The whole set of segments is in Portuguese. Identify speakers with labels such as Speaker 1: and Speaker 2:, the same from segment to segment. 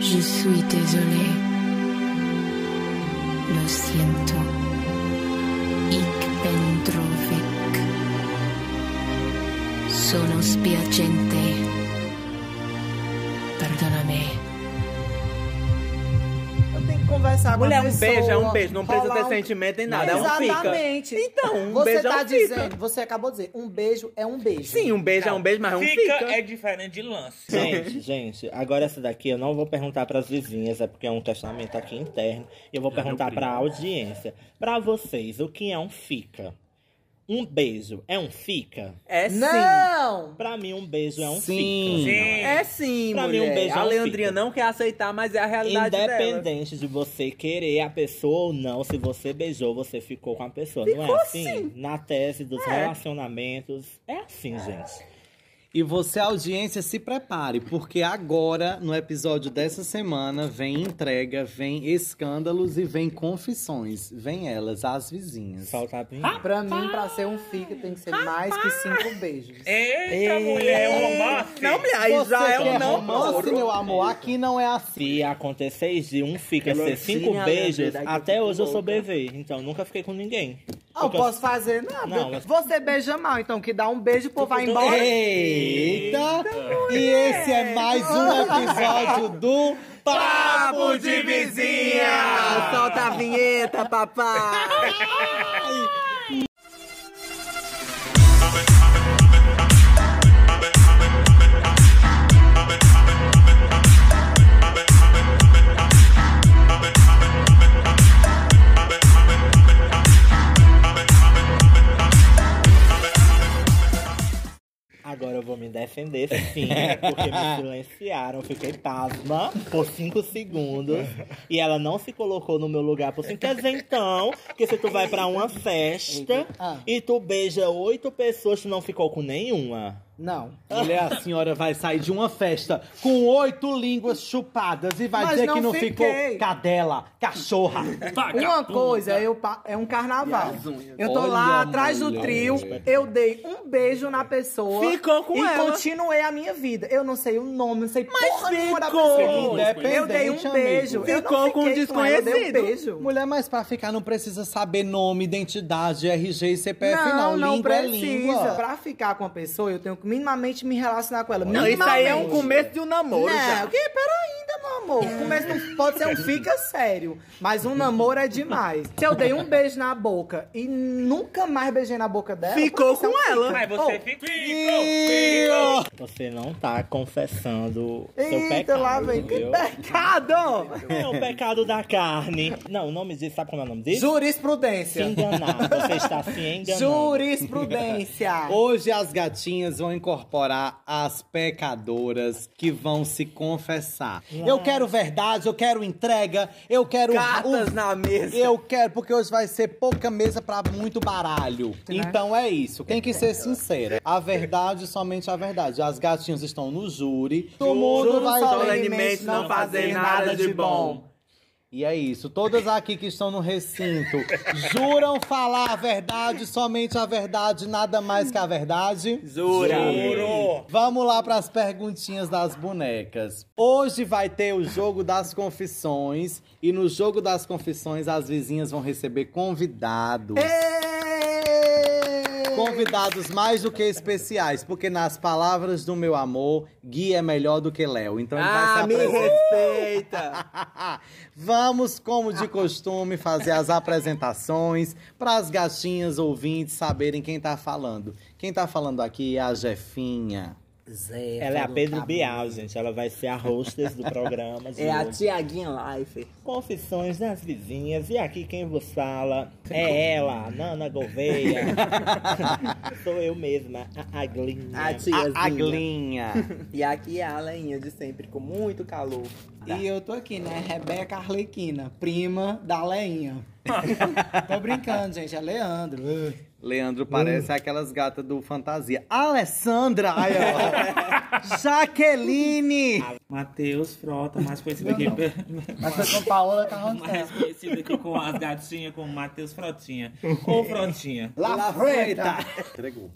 Speaker 1: Je suis désolée. Lo siento. Ik ben droevig. Sono spiacente. Perdoname.
Speaker 2: Eu tenho que conversar
Speaker 3: Mulher,
Speaker 2: com a
Speaker 3: um
Speaker 2: pessoa.
Speaker 3: beijo é um beijo. Não precisa
Speaker 2: rolar
Speaker 3: ter
Speaker 2: um-
Speaker 3: sentimento nem nada. é um fica.
Speaker 2: Exatamente.
Speaker 3: Então, um
Speaker 2: você
Speaker 3: beijo é
Speaker 2: tá
Speaker 3: um fica.
Speaker 2: dizendo, você acabou de dizer, um beijo é um beijo.
Speaker 3: Sim, um beijo é um beijo, mas é um
Speaker 4: fica,
Speaker 3: fica.
Speaker 4: é diferente de lance.
Speaker 5: Gente, gente, agora essa daqui eu não vou perguntar pras vizinhas, é porque é um questionamento aqui interno. E eu
Speaker 6: Ah,
Speaker 5: vou perguntar pra audiência. Pra vocês, o que é um fica? Um beijo é um fica?
Speaker 3: É sim.
Speaker 2: Não!
Speaker 5: Pra mim, um beijo é um fica.
Speaker 6: Sim.
Speaker 4: Sim.
Speaker 3: É sim,
Speaker 5: Pra mim, um
Speaker 3: mulher.
Speaker 5: beijo é
Speaker 3: a
Speaker 5: um
Speaker 3: Leandrinha
Speaker 5: fica.
Speaker 3: não quer aceitar, mas é a realidade dela.
Speaker 5: Independente de você querer a pessoa ou não, se você beijou, você ficou com a pessoa. não é assim? Na tese dos
Speaker 3: É.
Speaker 5: relacionamentos, é assim,
Speaker 6: Ah,
Speaker 5: gente.
Speaker 6: E você, audiência, se prepare, porque agora, no episódio dessa semana, vem entrega, vem escândalos e vem confissões. Vem elas, as vizinhas.
Speaker 5: Solta bem.
Speaker 2: Pra mim, pra ser um fica, tem que ser mais que cinco beijos.
Speaker 4: Eita, mulher, é um romance.
Speaker 3: Não, mulher, É, aí
Speaker 6: você
Speaker 3: já é
Speaker 6: que
Speaker 3: um não.
Speaker 6: romance, meu amor, aqui não é assim.
Speaker 5: Se acontecer de um fica
Speaker 3: Ela
Speaker 5: ser cinco
Speaker 3: ensina a
Speaker 5: beijos,
Speaker 3: Leandro daqui
Speaker 5: até
Speaker 3: a
Speaker 5: hoje eu
Speaker 3: pouco.
Speaker 5: sou bebê, então nunca fiquei com ninguém.
Speaker 2: Ah, eu posso fazer nada.
Speaker 5: Não, mas-
Speaker 2: Você beija mal, então que dá um beijo, pô, vai embora.
Speaker 6: Eita! E esse é mais um episódio do Papo de
Speaker 3: Vizinha! Solta a vinheta, papai!
Speaker 5: Agora eu vou me defender, sim, né? porque me silenciaram, fiquei pasma por cinco segundos. E ela não se colocou no meu lugar por cinco. Quer dizer, então, que se tu vai pra uma festa
Speaker 2: Ah.
Speaker 5: e tu beija oito pessoas, tu não ficou com nenhuma.
Speaker 2: Não.
Speaker 5: é
Speaker 6: Mulher, a senhora vai sair de uma festa com oito línguas chupadas e vai
Speaker 2: Mas
Speaker 6: dizer
Speaker 2: não
Speaker 6: que não
Speaker 2: fiquei.
Speaker 6: ficou cadela, cachorra.
Speaker 2: Uma coisa eu pa- é um carnaval. Eu tô
Speaker 6: Olha,
Speaker 2: lá atrás do
Speaker 6: mulher.
Speaker 2: trio, eu dei um beijo na pessoa.
Speaker 3: Ficou com
Speaker 2: e
Speaker 3: ela.
Speaker 2: continuei a minha vida. Eu não sei o nome, não sei porra nenhuma da
Speaker 3: ficou.
Speaker 2: pessoa. Eu dei
Speaker 6: Independente,
Speaker 2: um
Speaker 6: amigo.
Speaker 2: beijo. eu
Speaker 3: Ficou
Speaker 2: não
Speaker 3: com
Speaker 2: fiquei com ela, eu dei um
Speaker 3: desconhecido.
Speaker 2: beijo.
Speaker 6: Mulher, mas pra ficar não precisa saber nome, identidade, RG e CPF,
Speaker 2: Não,
Speaker 6: não.
Speaker 2: não
Speaker 6: língua
Speaker 2: precisa.
Speaker 6: é língua.
Speaker 2: Pra ficar com a pessoa, eu tenho que minimamente me relacionar com ela.
Speaker 3: Não, isso aí é um
Speaker 2: Minimamente.
Speaker 3: começo de um namoro,
Speaker 2: Não,
Speaker 3: já.
Speaker 2: que pera ainda, meu amor. O começo não pode ser um fica sério, mas um namoro é demais. Se eu dei um beijo na boca e nunca mais beijei na boca dela,
Speaker 3: Ficou
Speaker 2: pra mim,
Speaker 3: com
Speaker 2: isso é um
Speaker 3: ela.
Speaker 2: fica.
Speaker 4: Mas você
Speaker 2: Oh,
Speaker 4: fica. Ficou, ficou.
Speaker 5: Você não tá confessando seu
Speaker 2: Eita,
Speaker 5: pecado.
Speaker 2: lá vem. Que
Speaker 5: viu?
Speaker 2: pecado!
Speaker 5: É o pecado da carne. Não, o nome disso, sabe como é o nome disso? Se
Speaker 2: Jurisprudência.
Speaker 5: enganar. Você está se enganando.
Speaker 2: Jurisprudência.
Speaker 6: Hoje as gatinhas vão incorporar as pecadoras que vão se confessar. Eu quero verdade, eu quero entrega, eu quero um
Speaker 3: Cartas na mesa.
Speaker 6: Eu quero, porque hoje vai ser pouca mesa pra muito baralho.
Speaker 3: Né?
Speaker 6: Então é isso. Tem que ser sincera. A verdade, somente a verdade. As gatinhas estão no júri. Todo mundo
Speaker 3: Juro
Speaker 6: vai ver.
Speaker 3: solenemente não fazer nada de bom.
Speaker 6: E é isso. Todas aqui que estão no recinto juram falar a verdade, somente a verdade, nada mais que a verdade.
Speaker 3: Jura.
Speaker 4: Juro.
Speaker 6: Vamos lá para as perguntinhas das bonecas. Hoje vai ter o jogo das confissões e no jogo das confissões as vizinhas vão receber convidados. Convidados mais do que especiais, porque nas palavras do meu amor, Gui é melhor do que Léo. Então ele vai se
Speaker 3: Ah, me
Speaker 6: apresentar.
Speaker 3: respeita.
Speaker 6: Vamos, como de costume, fazer as apresentações para as gatinhas ouvintes saberem quem tá falando. Quem tá falando aqui é a Jefinha.
Speaker 2: Zé,
Speaker 5: Ela é a
Speaker 2: todo
Speaker 5: Pedro
Speaker 2: cabelo.
Speaker 5: Bial, gente. Ela vai ser a hostess do programa. de hoje.
Speaker 6: É
Speaker 3: É Tiaguinha Life.
Speaker 5: Confissões das vizinhas. E aqui quem vos fala é ela, Nana Gouveia. Sou eu mesma, É. a Aglinha.
Speaker 3: Ah,
Speaker 6: A Aglinha.
Speaker 3: E aqui é a leinha de sempre, com muito calor.
Speaker 7: E eu tô aqui, né? Rebeca Arlequina, prima da Leinha. tô brincando, gente. É Leandro.
Speaker 6: Leandro parece aquelas gatas do Fantasia. Alessandra! Aí, ó. Jaqueline!
Speaker 4: Matheus Frota, mais conhecido aqui.
Speaker 7: Mas foi com Paola Carroncel.
Speaker 4: mais conhecido aqui com as gatinhas, com o Matheus Frotinha. Ou Frotinha.
Speaker 7: La Freita!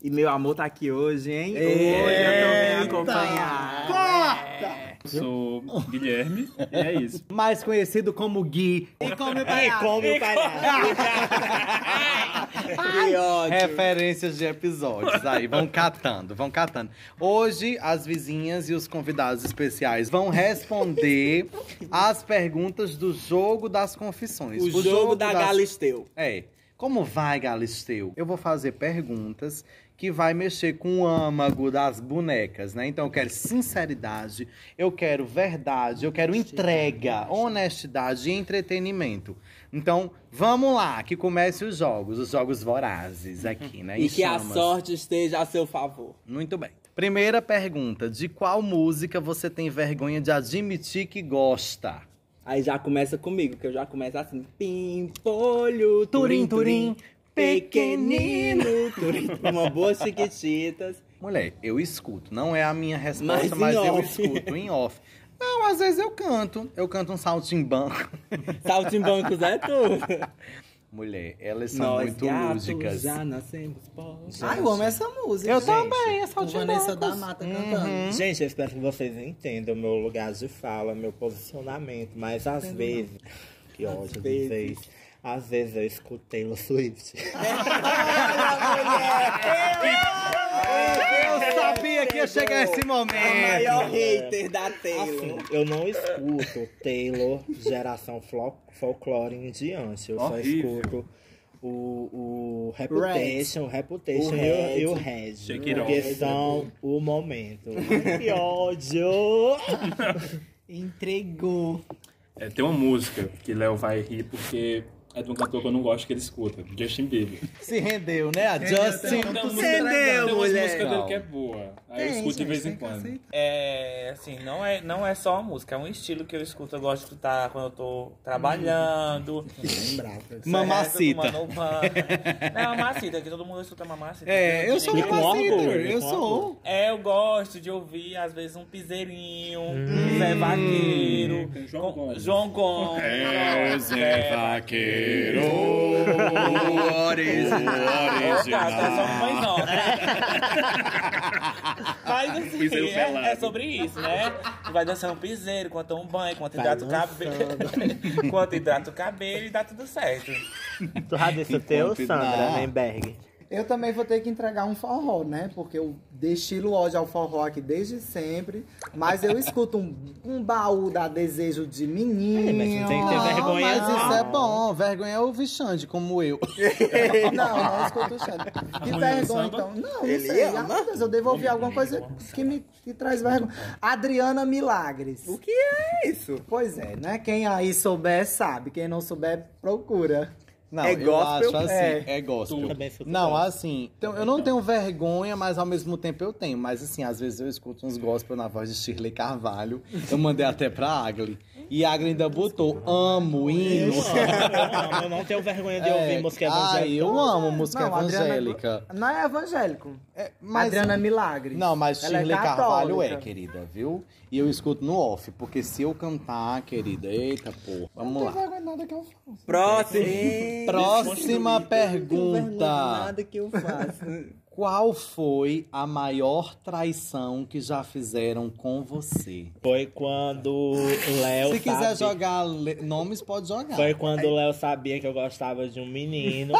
Speaker 3: E meu amor tá aqui hoje, hein?
Speaker 6: Eita. Ah,
Speaker 3: Hoje eu tô bem acompanhada.
Speaker 6: Corta!
Speaker 8: sou Guilherme e é isso.
Speaker 6: Mais conhecido como Gui.
Speaker 7: E
Speaker 3: é
Speaker 7: come o
Speaker 2: Ah,
Speaker 5: E
Speaker 7: palhaço.
Speaker 5: come o palhaço.
Speaker 3: Que ódio.
Speaker 6: né? Referências de episódios aí, vão catando, vão catando. Hoje, as vizinhas e os convidados especiais vão responder as perguntas do jogo das confissões.
Speaker 3: O, jogo, da
Speaker 6: das-
Speaker 3: Galisteu.
Speaker 6: É. Como vai, Galisteu? Eu vou fazer perguntas que vai mexer com o âmago das bonecas, né? Então eu quero sinceridade, eu quero verdade, eu quero entrega, honestidade e entretenimento. Então, vamos lá, que comece os jogos, os jogos vorazes aqui, né?
Speaker 3: E
Speaker 6: Em
Speaker 3: que a
Speaker 6: chamas.
Speaker 3: sorte esteja a seu favor.
Speaker 6: Muito bem. Primeira pergunta, de qual música você tem vergonha de admitir que gosta?
Speaker 3: Aí já começa comigo, que eu já começo assim. Pimpolho,
Speaker 6: Turim, turim,
Speaker 3: pequenino. turim, turim. Uma boa chiquititas.
Speaker 6: Mulher, eu escuto. Não é a minha
Speaker 3: Mas
Speaker 6: resposta,
Speaker 3: em
Speaker 6: mas, eu
Speaker 3: off.
Speaker 6: escuto em off. Não, às vezes eu canto. Eu canto um saltimbanco.
Speaker 3: Saltimbancos é tu.
Speaker 6: Mulher, elas são
Speaker 3: Nós
Speaker 6: muito
Speaker 3: gatos
Speaker 6: lúdicas.
Speaker 3: já nascemos pobres.
Speaker 7: Ai, eu amo essa música.
Speaker 6: Eu
Speaker 7: gente.
Speaker 6: também, é
Speaker 7: Com Vanessa
Speaker 6: saltimbanco.
Speaker 7: da Mata cantando.
Speaker 5: Gente, eu espero que vocês entendam o meu lugar de fala, meu posicionamento, mas às vezes. Que ódio de
Speaker 3: vezes.
Speaker 5: vocês. Às vezes eu escutei o Swift.
Speaker 6: Eu sabia que ia chegar esse
Speaker 3: A
Speaker 5: É
Speaker 6: momento.
Speaker 3: maior hater da Taylor.
Speaker 5: assim, Eu não escuto Taylor geração flo- folclore em diante. Eu
Speaker 8: Horrível.
Speaker 5: só escuto o, o Reputation, o Reputation
Speaker 3: O
Speaker 5: e o-
Speaker 3: Red.
Speaker 5: e o Red. né?
Speaker 8: Shake it
Speaker 5: Porque
Speaker 8: off.
Speaker 5: são o momento. Que ódio!
Speaker 7: Entregou.
Speaker 8: É, tem uma música que Léo vai rir porque é de um cantor que eu não gosto que ele escuta, Justin Bieber.
Speaker 6: Se rendeu, né? A
Speaker 8: Tem
Speaker 6: Justin.
Speaker 8: uma música-
Speaker 3: Entendeu,
Speaker 8: tem umas músicas dele
Speaker 6: mulher?
Speaker 8: que é boa. Aí eu escuto de vez em quando.
Speaker 4: É, assim, não é, não é só a música, é um estilo que eu escuto, eu gosto de escutar quando eu tô trabalhando.
Speaker 6: Mamacita.
Speaker 4: É, tomando um banho. Não, é mamacita, que todo mundo escuta mamacita.
Speaker 6: É, eu sou
Speaker 4: Ninguém-
Speaker 5: E com
Speaker 6: mamacita.
Speaker 5: orgulho,
Speaker 6: Eu
Speaker 5: com
Speaker 6: sou.
Speaker 5: orgulho.
Speaker 4: É, eu gosto de ouvir, às vezes, um piseirinho, um Zé Vaqueiro,
Speaker 8: Com João Gomes. É,
Speaker 4: João Gomes.
Speaker 8: Vaqueiro,
Speaker 4: Tá, tá, só uma mãezona. Mas assim,
Speaker 8: Piseiro pelado.
Speaker 4: é, é sobre isso, né? Tu vai dançar um piseiro, quanto um banho, quanto hidrata o cabelo. quanto hidrata o cabelo e dá tudo certo.
Speaker 5: Tu já disse o teu, Sandra Nemberg?
Speaker 7: Eu também vou ter que entregar um forró, né? Porque eu destilo ódio ao forró aqui desde sempre. Mas eu escuto um, um baú da Desejo de Menino.
Speaker 5: É, mas não tem que ter
Speaker 6: Não,
Speaker 5: vergonha,
Speaker 6: mas
Speaker 5: não.
Speaker 6: isso é bom. Vergonha é o Xande, como eu.
Speaker 7: Não, não escuto o Xande. Que vergonha, então. Não, não
Speaker 3: Ele
Speaker 7: sei.
Speaker 3: ama?
Speaker 7: Ah, meu Deus, eu devo ouvir alguma coisa que me que traz vergonha. Adriana Milagres.
Speaker 3: O que é isso?
Speaker 7: Pois é, né? Quem aí souber, sabe. Quem não souber, procura.
Speaker 6: Não,
Speaker 3: É
Speaker 6: eu
Speaker 3: gospel?
Speaker 6: acho assim,
Speaker 7: É.
Speaker 6: é, gospel.
Speaker 5: Também escuto
Speaker 6: não,
Speaker 5: gospel.
Speaker 6: assim, então, eu não tenho vergonha, mas ao mesmo tempo eu tenho. Mas assim, às vezes eu escuto uns gospel na voz de Shirley Carvalho. Eu mandei até pra Agli. E a Agli ainda botou, amo,
Speaker 5: Eu
Speaker 6: hino.
Speaker 5: não, eu não tenho vergonha de ouvir
Speaker 6: É,
Speaker 5: música
Speaker 6: ai,
Speaker 5: evangélica.
Speaker 6: eu amo música
Speaker 7: Não, Adriana-
Speaker 6: evangélica.
Speaker 7: Não é evangélico.
Speaker 6: É, mas,
Speaker 7: Adriana Milagres.
Speaker 6: não, mas
Speaker 7: Ela é
Speaker 6: Shirley Carvalho é,
Speaker 7: católica.
Speaker 6: querida, viu? E eu escuto no off, porque se eu cantar, querida, eita porra, vamos lá.
Speaker 3: Próximo.
Speaker 6: Próxima
Speaker 3: Não tem
Speaker 6: pergunta.
Speaker 3: nada que eu faço.
Speaker 6: Qual foi a maior traição que já fizeram com você?
Speaker 5: Foi quando o
Speaker 3: É
Speaker 5: Léo.
Speaker 6: Se quiser
Speaker 5: sabe-
Speaker 6: jogar le- nomes, pode jogar.
Speaker 5: Foi quando o Léo sabia que eu gostava de um menino.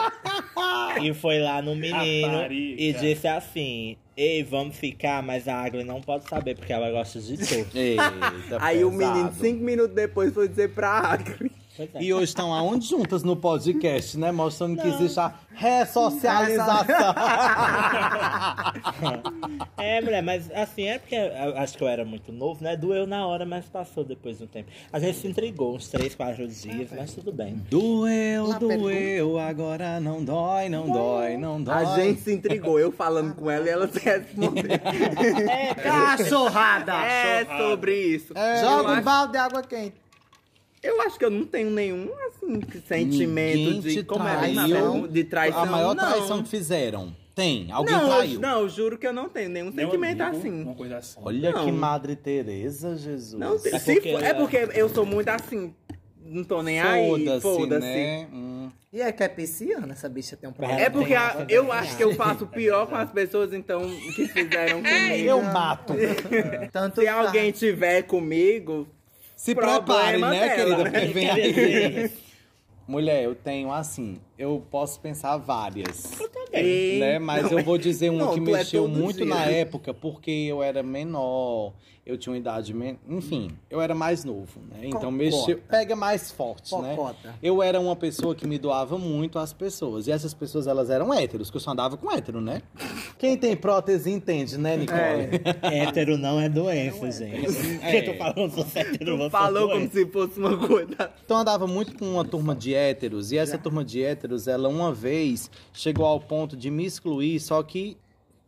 Speaker 5: e foi lá no
Speaker 8: é
Speaker 5: menino
Speaker 8: Rapariga.
Speaker 5: e disse assim: Ei, vamos ficar, mas a Agri não pode saber porque ela gosta de tu.
Speaker 6: Eita,
Speaker 3: Aí o
Speaker 6: pesado.
Speaker 3: menino, cinco minutos depois, foi dizer pra Acre.
Speaker 5: Pois é.
Speaker 6: E hoje estão aonde juntas no podcast, né? Mostrando que existe a ressocialização.
Speaker 5: É, mulher, mas assim, é porque eu acho que eu era muito novo, né? Doeu na hora, mas passou depois de um tempo. A gente se intrigou uns três, quatro dias, mas tudo bem.
Speaker 6: doeu,
Speaker 7: Lá
Speaker 6: doeu, agora não dói, não dói, não dói.
Speaker 3: A gente se intrigou, eu falando com ela e ela se respondeu.
Speaker 7: É, Cachorrada!
Speaker 3: É sobre isso.
Speaker 7: tá
Speaker 6: É.
Speaker 7: Joga
Speaker 3: eu,
Speaker 7: um
Speaker 3: acho,
Speaker 7: balde de água quente.
Speaker 3: eu acho que eu não tenho nenhum assim, que sentimento
Speaker 6: Ninguém
Speaker 3: de
Speaker 6: te
Speaker 3: como é
Speaker 6: traiu.
Speaker 3: isso? de traição.
Speaker 6: A maior
Speaker 3: não.
Speaker 6: traição que fizeram. Tem, alguém
Speaker 3: não, eu-
Speaker 6: traiu.
Speaker 3: Não, eu juro que eu não tenho nenhum sentimento assim.
Speaker 8: um Uma coisa assim.
Speaker 6: Olha
Speaker 3: Não.
Speaker 6: que Madre Teresa, Jesus.
Speaker 3: Não, se-
Speaker 5: É
Speaker 3: se
Speaker 5: porque-
Speaker 3: for- é, porque... eu sou muito assim. Não tô nem aí.
Speaker 6: Foda-se,
Speaker 3: Foda-se.
Speaker 6: né? Hum.
Speaker 7: E é que é pisciana, essa bicha tem um problema.
Speaker 3: É porque a- eu acho que eu faço pior com as pessoas, então, que fizeram comigo.
Speaker 5: É, Eu mato.
Speaker 7: Tanto
Speaker 3: Se
Speaker 7: faz.
Speaker 3: alguém tiver comigo,
Speaker 6: Se
Speaker 3: Problema
Speaker 6: preparem, né,
Speaker 3: dela,
Speaker 6: querida?
Speaker 3: né?
Speaker 6: Porque vem aí. Mulher, eu tenho assim, eu posso pensar várias.
Speaker 3: e...
Speaker 6: Né? Mas eu vou dizer uma
Speaker 3: Não,
Speaker 6: que
Speaker 3: tu é
Speaker 6: mexeu
Speaker 3: todo
Speaker 6: muito
Speaker 3: dia.
Speaker 6: na época, porque eu era menor, eu tinha uma idade. Men... Enfim, eu era mais novo, né? Então mexeu. Pega mais forte, né?
Speaker 7: Cocota.
Speaker 6: Eu era uma pessoa que me doava muito às pessoas. E essas pessoas, elas eram héteros, que eu só andava com hétero, né? Quem tem prótese entende, né, Nicole?
Speaker 3: É.
Speaker 5: hétero não é doença, gente. Por que eu
Speaker 6: é.
Speaker 5: tô falando sou hétero, você
Speaker 3: falou como se fosse uma coisa.
Speaker 6: Então eu andava muito com uma turma de héteros, e essa turma de héteros, ela uma vez chegou ao ponto de me excluir, só que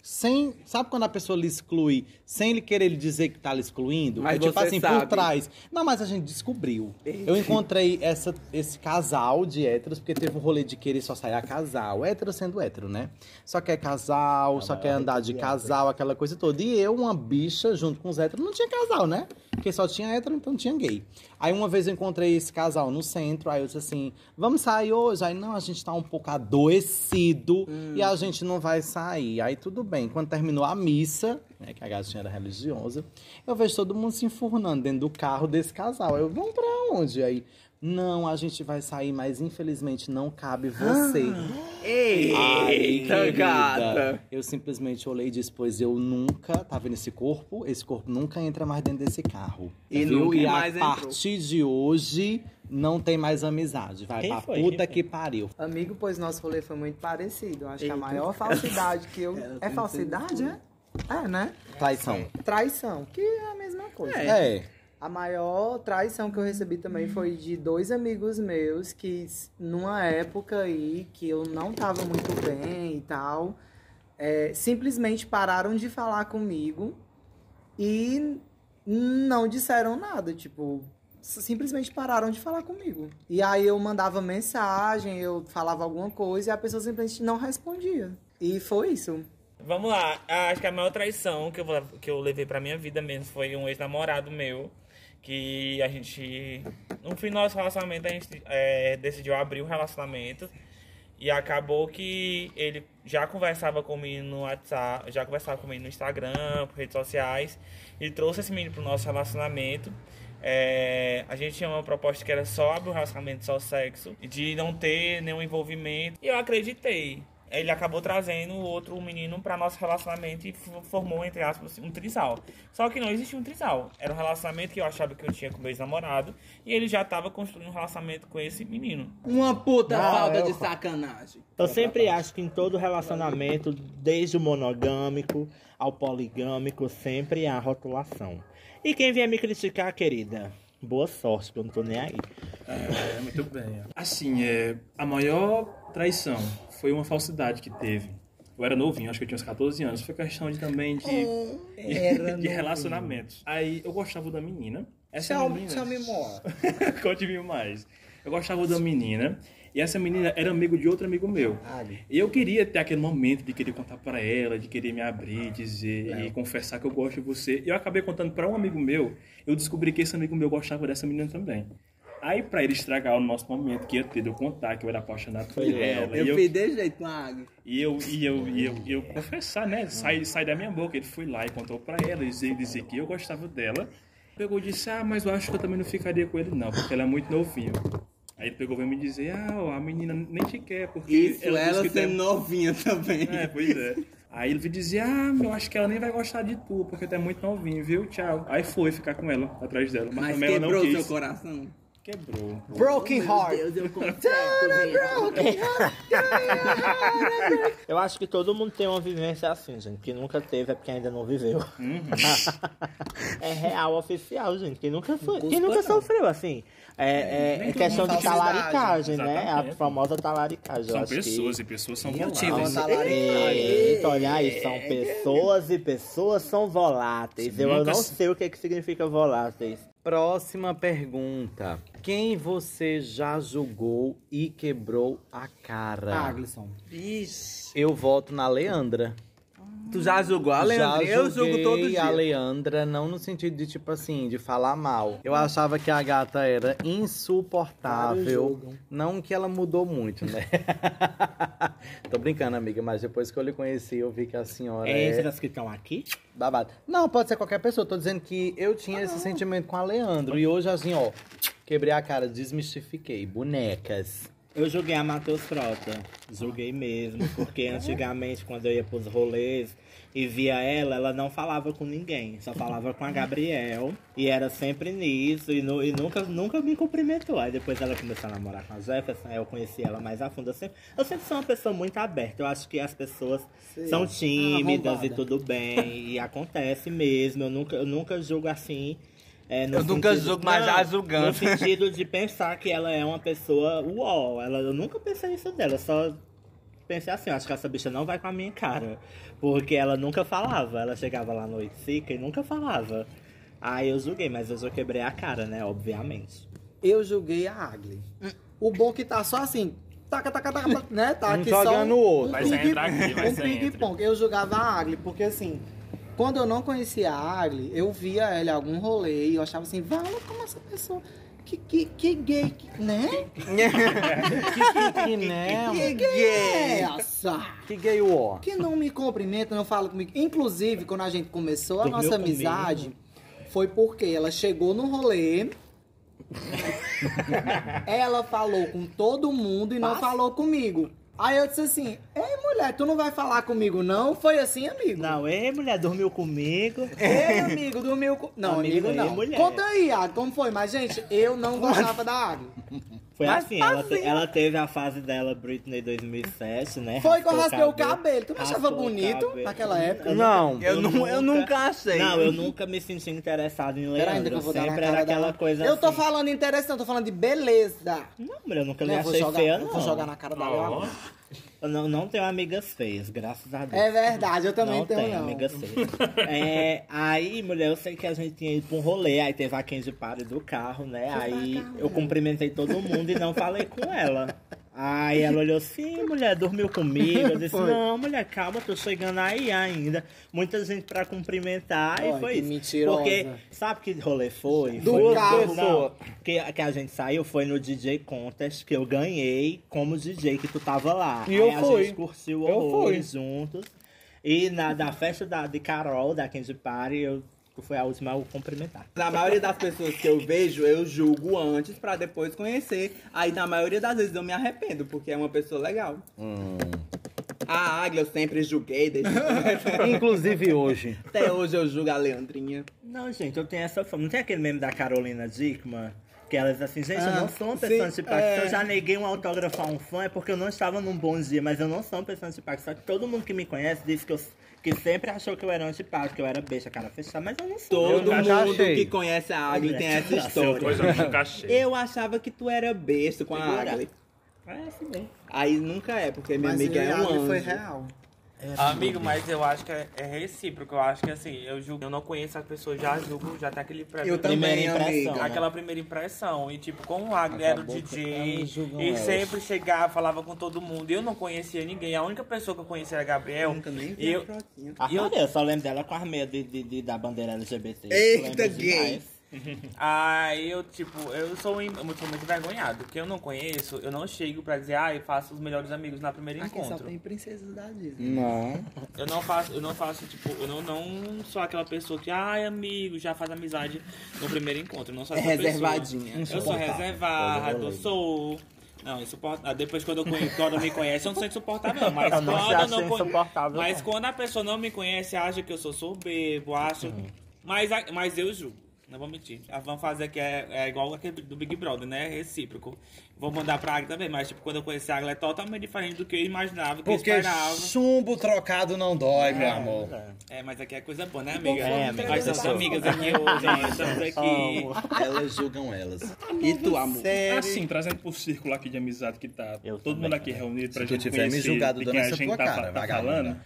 Speaker 6: sem. Sabe quando a pessoa lhe exclui sem ele querer lhe dizer que tá lhe excluindo?
Speaker 3: Mas
Speaker 6: é tipo
Speaker 3: você
Speaker 6: assim, por
Speaker 3: sabe.
Speaker 6: trás. Não, mas a gente descobriu. Eu encontrei essa, esse casal de héteros, porque teve um rolê de querer só sair a casal. Hétero sendo hétero, né? Só quer
Speaker 3: É
Speaker 6: casal, só quer andar
Speaker 3: né?
Speaker 6: de casal, aquela coisa toda. E eu, uma bicha, junto com os héteros, não tinha casal, né? Porque só tinha hétero, então não tinha gay. Aí uma vez eu encontrei esse casal no centro, aí eu disse assim: vamos sair hoje? Aí não, a gente tá um pouco adoecido e a gente não vai sair. Aí tudo bem. Quando terminou a missa, né, que a gatinha era religiosa, eu vejo todo mundo se enfurnando dentro do carro desse casal. Aí eu, vamos pra onde? Aí, não, a gente vai sair, mas infelizmente não cabe você. Ai,
Speaker 3: Eita,
Speaker 6: querida.
Speaker 3: gata.
Speaker 6: Eu simplesmente olhei e disse, pois eu nunca, tá vendo esse corpo? Esse corpo nunca entra mais dentro desse carro.
Speaker 3: E
Speaker 6: Viu?
Speaker 3: nunca
Speaker 6: e
Speaker 3: mais
Speaker 6: a
Speaker 3: entrou.
Speaker 6: partir de hoje, não tem mais amizade. Vai
Speaker 5: Quem
Speaker 6: pra
Speaker 5: foi?
Speaker 6: puta
Speaker 5: Quem
Speaker 6: que pariu.
Speaker 2: Amigo, pois nosso rolê foi muito parecido. Eu Acho que a maior falsidade que eu. É falsidade, é? É, né?
Speaker 6: Traição.
Speaker 2: Traição, que é a mesma coisa.
Speaker 6: É.
Speaker 2: A maior traição que eu recebi também foi de dois amigos meus que, s- numa época aí que eu não tava muito bem e tal, é, simplesmente pararam de falar comigo e não disseram nada. Tipo, s- simplesmente pararam de falar comigo. E aí eu mandava mensagem, eu falava alguma coisa e a pessoa simplesmente não respondia. E foi isso.
Speaker 9: Vamos lá, Ah, acho que a maior traição que eu, vou- que eu levei pra minha vida mesmo foi um ex-namorado meu. Que a gente, no final do relacionamento, a gente é, decidiu abrir o relacionamento. E acabou que ele já conversava comigo no WhatsApp, já conversava comigo no Instagram, por redes sociais. E trouxe esse menino pro nosso relacionamento. É, a gente tinha uma proposta que era só abrir o relacionamento, só sexo, de não ter nenhum envolvimento. E eu acreditei. Ele acabou trazendo o outro menino para nosso relacionamento e f- formou, entre aspas, um trisal. Só que não existia um trisal. Era um relacionamento que eu achava que eu tinha com meu ex-namorado e ele já estava construindo um relacionamento com esse menino.
Speaker 3: Uma puta
Speaker 6: Não,
Speaker 3: falta
Speaker 6: eu-
Speaker 3: de sacanagem.
Speaker 5: Eu sempre acho que em todo relacionamento, desde o monogâmico ao poligâmico, sempre há rotulação. E quem vier me criticar, querida, boa sorte, que eu não tô nem aí.
Speaker 8: É, muito bem. Assim, é, a maior traição foi uma falsidade que teve. Eu era novinho, acho que eu tinha uns 14 anos. Foi questão de também de,
Speaker 3: Oh,
Speaker 8: de, de relacionamentos. Aí eu gostava da menina. Essa é menina. Conte mil um mais. Eu gostava da menina. E essa menina era amigo de outro amigo meu. E eu queria ter aquele momento de querer contar pra ela, de querer me abrir, dizer e confessar que eu gosto de você. E eu acabei contando pra um amigo meu, eu descobri que esse amigo meu gostava dessa menina também. Aí, pra ele estragar o nosso momento, que ia ter de eu contar que eu era apaixonado por ela.
Speaker 3: Eu,
Speaker 8: e eu-
Speaker 3: fiz desse jeito com a água.
Speaker 8: e eu, e eu, e eu, e eu confessar, né? Sai, sai da minha boca. Ele foi lá e contou pra ela, dizer, dizer que eu gostava dela. Pegou e disse, ah, mas eu acho que eu também não ficaria com ele, não, porque ela é muito novinha. Aí ele pegou e veio me dizer, ah, ó, a menina nem te quer, porque
Speaker 3: Isso,
Speaker 8: ela,
Speaker 3: ela,
Speaker 8: disse que
Speaker 3: sendo
Speaker 8: tem-
Speaker 3: novinha também.
Speaker 8: É, pois é. Aí ele veio dizer, ah, eu acho que ela nem vai gostar de tu, porque tu é muito novinho, viu? Tchau. Aí foi ficar com ela, atrás dela. Mas,
Speaker 3: Mas
Speaker 8: também ela não
Speaker 3: quebrou
Speaker 8: quis.
Speaker 3: seu coração.
Speaker 8: Quebrou.
Speaker 2: Broken
Speaker 3: Meu
Speaker 2: heart.
Speaker 3: Deus, eu confesso, velho.
Speaker 5: Eu acho que todo mundo tem uma vivência assim, gente. Quem nunca teve é porque ainda não viveu. é real oficial, gente. Quem nunca foi, quem nunca sofreu assim. É, é- é questão de talaricagem, né? A
Speaker 8: Exatamente.
Speaker 5: famosa talaricagem. eu
Speaker 8: São
Speaker 5: acho que-
Speaker 8: pessoas, e pessoas
Speaker 3: é
Speaker 8: são
Speaker 5: Eita,
Speaker 8: motivos.
Speaker 5: Eita, tá? olha aí, É, são pessoas e pessoas são voláteis. Eu
Speaker 8: Nunca
Speaker 5: não
Speaker 8: se-
Speaker 5: sei o que, é que significa voláteis.
Speaker 6: Próxima pergunta. Quem você já julgou e
Speaker 5: Ah,
Speaker 6: quebrou a cara?
Speaker 7: Aglisson.
Speaker 6: Eu voto na Leandra.
Speaker 3: Tu já julgou a Leandra? Eu julgo todo
Speaker 6: julguei
Speaker 3: dia.
Speaker 6: a Leandra, não no sentido de, tipo assim, de falar mal. Eu achava que a gata era insuportável. Não que ela mudou muito, né? Tô brincando, amiga, mas depois que eu lhe conheci, eu vi que a senhora
Speaker 5: É,
Speaker 6: é,
Speaker 5: essas que estão aqui?
Speaker 6: babado. Não, pode ser qualquer pessoa. Tô dizendo que eu tinha esse sentimento com a Leandro. E hoje, assim, ó, quebrei a cara, desmistifiquei. Bonecas.
Speaker 5: Eu julguei a Matheus Frota. Julguei mesmo. Porque antigamente, quando eu ia pros rolês e via ela, ela não falava com ninguém. Só falava com a Gabriel. E era sempre nisso. E, nu- e nunca, nunca me cumprimentou. Aí depois ela começou a namorar com a Jefferson. Aí eu conheci ela mais a fundo. Eu sempre, eu sempre sou uma pessoa muito aberta. Eu acho que as pessoas são tímidas e
Speaker 2: Arrombada.
Speaker 5: tudo bem. E acontece mesmo. Eu nunca, eu nunca julgo assim. é, no
Speaker 3: Eu nunca
Speaker 5: sentido-
Speaker 3: julgo, mas
Speaker 5: Não,
Speaker 3: já julgando.
Speaker 5: No sentido de pensar que ela é uma pessoa uol. Ela, eu nunca pensei isso dela, eu só pensei assim, eu acho que essa bicha não vai com a minha cara. Porque ela nunca falava. Ela chegava lá no Itzica e nunca falava. Aí eu julguei, mas eu já quebrei a cara, né? Obviamente.
Speaker 2: Eu julguei a Agli. O bom que tá só assim, taca, taca, taca, taca, né? Tá
Speaker 6: Um
Speaker 2: aqui só
Speaker 6: jogando o outro.
Speaker 8: Vai sair entrar aqui, vai
Speaker 2: um
Speaker 8: sair entre.
Speaker 2: ping-pong. Eu julgava a Agli, porque assim, quando eu não conhecia a Agli, eu via ela em algum rolê e eu achava assim, vamos como essa pessoa. Que, que, que gay, que, né?
Speaker 6: Que, né?
Speaker 2: Que gay é essa?
Speaker 6: Que gay war.
Speaker 2: Que não me cumprimenta, não fala comigo. Inclusive, quando a gente começou a
Speaker 5: Dormiu
Speaker 2: nossa
Speaker 5: comigo.
Speaker 2: amizade, foi porque ela chegou no rolê. ela falou com todo mundo e não falou comigo. Aí eu disse assim: Ei, mulher, tu não vai falar comigo, não? Foi assim, amigo.
Speaker 5: Não, ei, mulher, dormiu comigo.
Speaker 2: Ei, amigo, dormiu com. Não,
Speaker 5: Amigo
Speaker 2: amigo,
Speaker 5: aí,
Speaker 2: não.
Speaker 5: mulher.
Speaker 2: Conta aí, Água, como foi? Mas, gente, eu não gostava da água.
Speaker 5: Foi assim, ela, te- ela teve a fase dela, Britney 2007, né?
Speaker 2: Foi que eu
Speaker 5: Raspou
Speaker 2: raspei o cabelo. Tu me achava
Speaker 5: raspou o
Speaker 2: bonito
Speaker 5: cabelo.
Speaker 2: naquela época?
Speaker 6: Não.
Speaker 3: Eu, nu- eu nunca achei.
Speaker 5: Não, eu nunca me senti interessado em
Speaker 2: Pera ainda que
Speaker 5: Leandro.
Speaker 2: eu vou dar na
Speaker 5: Sempre
Speaker 2: cara
Speaker 5: era
Speaker 2: da-
Speaker 5: aquela coisa
Speaker 2: Eu tô
Speaker 5: assim.
Speaker 2: falando de interesse, não, eu tô falando de beleza.
Speaker 5: Não, mulher, eu nunca me
Speaker 2: Eu vou
Speaker 5: achei
Speaker 2: jogar,
Speaker 5: feia,
Speaker 2: eu
Speaker 5: não.
Speaker 2: vou jogar na cara dela.
Speaker 8: Ó.
Speaker 2: agora.
Speaker 5: Eu não, não tenho amigas feias, graças a Deus.
Speaker 2: É verdade, eu também
Speaker 5: não
Speaker 2: tenho,
Speaker 5: tenho
Speaker 2: não.
Speaker 5: amigas feias. É, aí, mulher, eu sei que a gente tinha ido pra um rolê, aí teve a Kenzie Pare do carro, né? Aí eu cumprimentei todo mundo e não falei com ela. Aí ela olhou assim, mulher, dormiu comigo. Eu disse, não, mulher, calma, tô chegando aí ainda. Muita gente pra cumprimentar
Speaker 2: Olha,
Speaker 5: e foi
Speaker 2: que
Speaker 5: isso.
Speaker 2: mentirosa.
Speaker 5: Porque sabe que rolê foi?
Speaker 2: Do
Speaker 5: foi
Speaker 2: carro.
Speaker 5: Não, que, que a gente saiu foi no DJ Contest que eu ganhei como DJ, que tu tava lá.
Speaker 6: E eu
Speaker 5: Aí a
Speaker 6: fui.
Speaker 5: gente curtiu
Speaker 6: Eu fui.
Speaker 5: horrores juntos. E na da festa da, de Carol, da Candy Party, eu foi a última a eu cumprimentar.
Speaker 3: Na maioria das pessoas que eu vejo, eu julgo antes pra depois conhecer. Aí na maioria das vezes eu me arrependo, porque é uma pessoa legal.
Speaker 6: Hum.
Speaker 3: A Águia eu sempre julguei, desde...
Speaker 6: Inclusive hoje.
Speaker 3: até hoje eu julgo a Leandrinha.
Speaker 5: Não, gente, eu tenho essa fama. Não tem aquele meme da Carolina Dickman? Que ela diz assim, gente, eu não sou uma pessoa antipática. Se eu já neguei um autógrafo a um fã, é porque eu não estava num bom dia, mas eu não sou uma pessoa antipática. Só que todo mundo que me conhece diz que, eu, que sempre achou que eu era antipático, que eu era beixa, cara fechada, mas eu não sou.
Speaker 3: Todo
Speaker 6: Eu já
Speaker 3: mundo
Speaker 6: achei.
Speaker 3: que conhece a Águia tem essa
Speaker 8: Coisa
Speaker 3: história.
Speaker 8: nunca achei.
Speaker 3: Eu achava que tu era besta com a Águia.
Speaker 5: É assim mesmo.
Speaker 3: Aí nunca é, porque minha
Speaker 2: Mas
Speaker 3: amiga
Speaker 2: ele
Speaker 3: é um anjo.
Speaker 2: foi real.
Speaker 4: Amigo, mas eu acho que é, é recíproco. Eu acho que assim, eu julgo, eu não conheço as pessoas, já julgo, já tem aquele pré
Speaker 3: Eu
Speaker 5: Primeira
Speaker 3: também,
Speaker 5: impressão.
Speaker 3: amiga.
Speaker 4: Aquela primeira impressão. E tipo, como o Agri era o
Speaker 3: Ah,
Speaker 4: DJ.
Speaker 6: julgam
Speaker 4: E
Speaker 6: elas.
Speaker 4: sempre chegava, falava com todo mundo. Eu não conhecia ninguém. A única pessoa que eu conhecia era a Gabriel.
Speaker 3: Nunca nem
Speaker 4: E
Speaker 3: vi a
Speaker 4: eu,
Speaker 3: frotinha.
Speaker 5: Ah,
Speaker 4: E eu-
Speaker 5: eu... só lembro dela com a meia de, de- de- da bandeira LGBT.
Speaker 3: Eita, gay.
Speaker 5: Lembro demais.
Speaker 4: aí eu, tipo, eu sou, em- eu sou muito envergonhado. Porque eu não conheço, eu não chego pra dizer, ah, eu faço os melhores amigos na primeira
Speaker 2: Aqui só
Speaker 4: encontro.
Speaker 2: tem princesas da Disney.
Speaker 6: Não.
Speaker 4: Eu não faço, eu não faço, tipo, eu não, não sou aquela pessoa que, ai, amigo, já faz amizade no primeiro encontro. Eu não sou
Speaker 3: É
Speaker 4: essa pessoa.
Speaker 3: reservadinha.
Speaker 4: Eu sou reservado, eu sou. Não, insuportável. Depois quando eu conhe- quando me conhece, eu não sou insuportável, não. Mas
Speaker 5: Eu não
Speaker 4: quando
Speaker 5: acho
Speaker 4: eu não conhe-
Speaker 5: insuportável,
Speaker 4: Mas quando a pessoa não me conhece, acha que eu sou soberbo, acha. Mas, a- mas eu julgo. Não vou mentir. Ah, Vamos fazer que é, é igual aquele do Big Brother, né? Recíproco. Vou mandar pra Águia também, mas tipo, quando eu conheci a Águia é totalmente diferente do que eu imaginava, que eu
Speaker 6: Porque
Speaker 4: esperava.
Speaker 6: chumbo trocado não dói, meu amor.
Speaker 4: É, mas aqui é coisa boa, né, amiga?
Speaker 5: É,
Speaker 4: É,
Speaker 5: amiga,
Speaker 4: Nós
Speaker 5: eu
Speaker 4: somos
Speaker 5: sou.
Speaker 4: amigas aqui hoje, nós estamos aqui.
Speaker 6: Elas julgam elas.
Speaker 3: E tu, amor?
Speaker 8: Assim, trazendo pro círculo aqui de amizade que tá
Speaker 5: Eu
Speaker 8: todo mundo
Speaker 5: também.
Speaker 8: aqui reunido pra
Speaker 6: Se tu
Speaker 8: gente
Speaker 6: tiver me
Speaker 8: conhecer
Speaker 6: julgado
Speaker 8: de
Speaker 6: dando
Speaker 8: quem a
Speaker 6: essa
Speaker 8: gente
Speaker 6: tua
Speaker 8: tá, fa-
Speaker 6: cara,
Speaker 8: tá
Speaker 6: vagabunda.
Speaker 8: falando.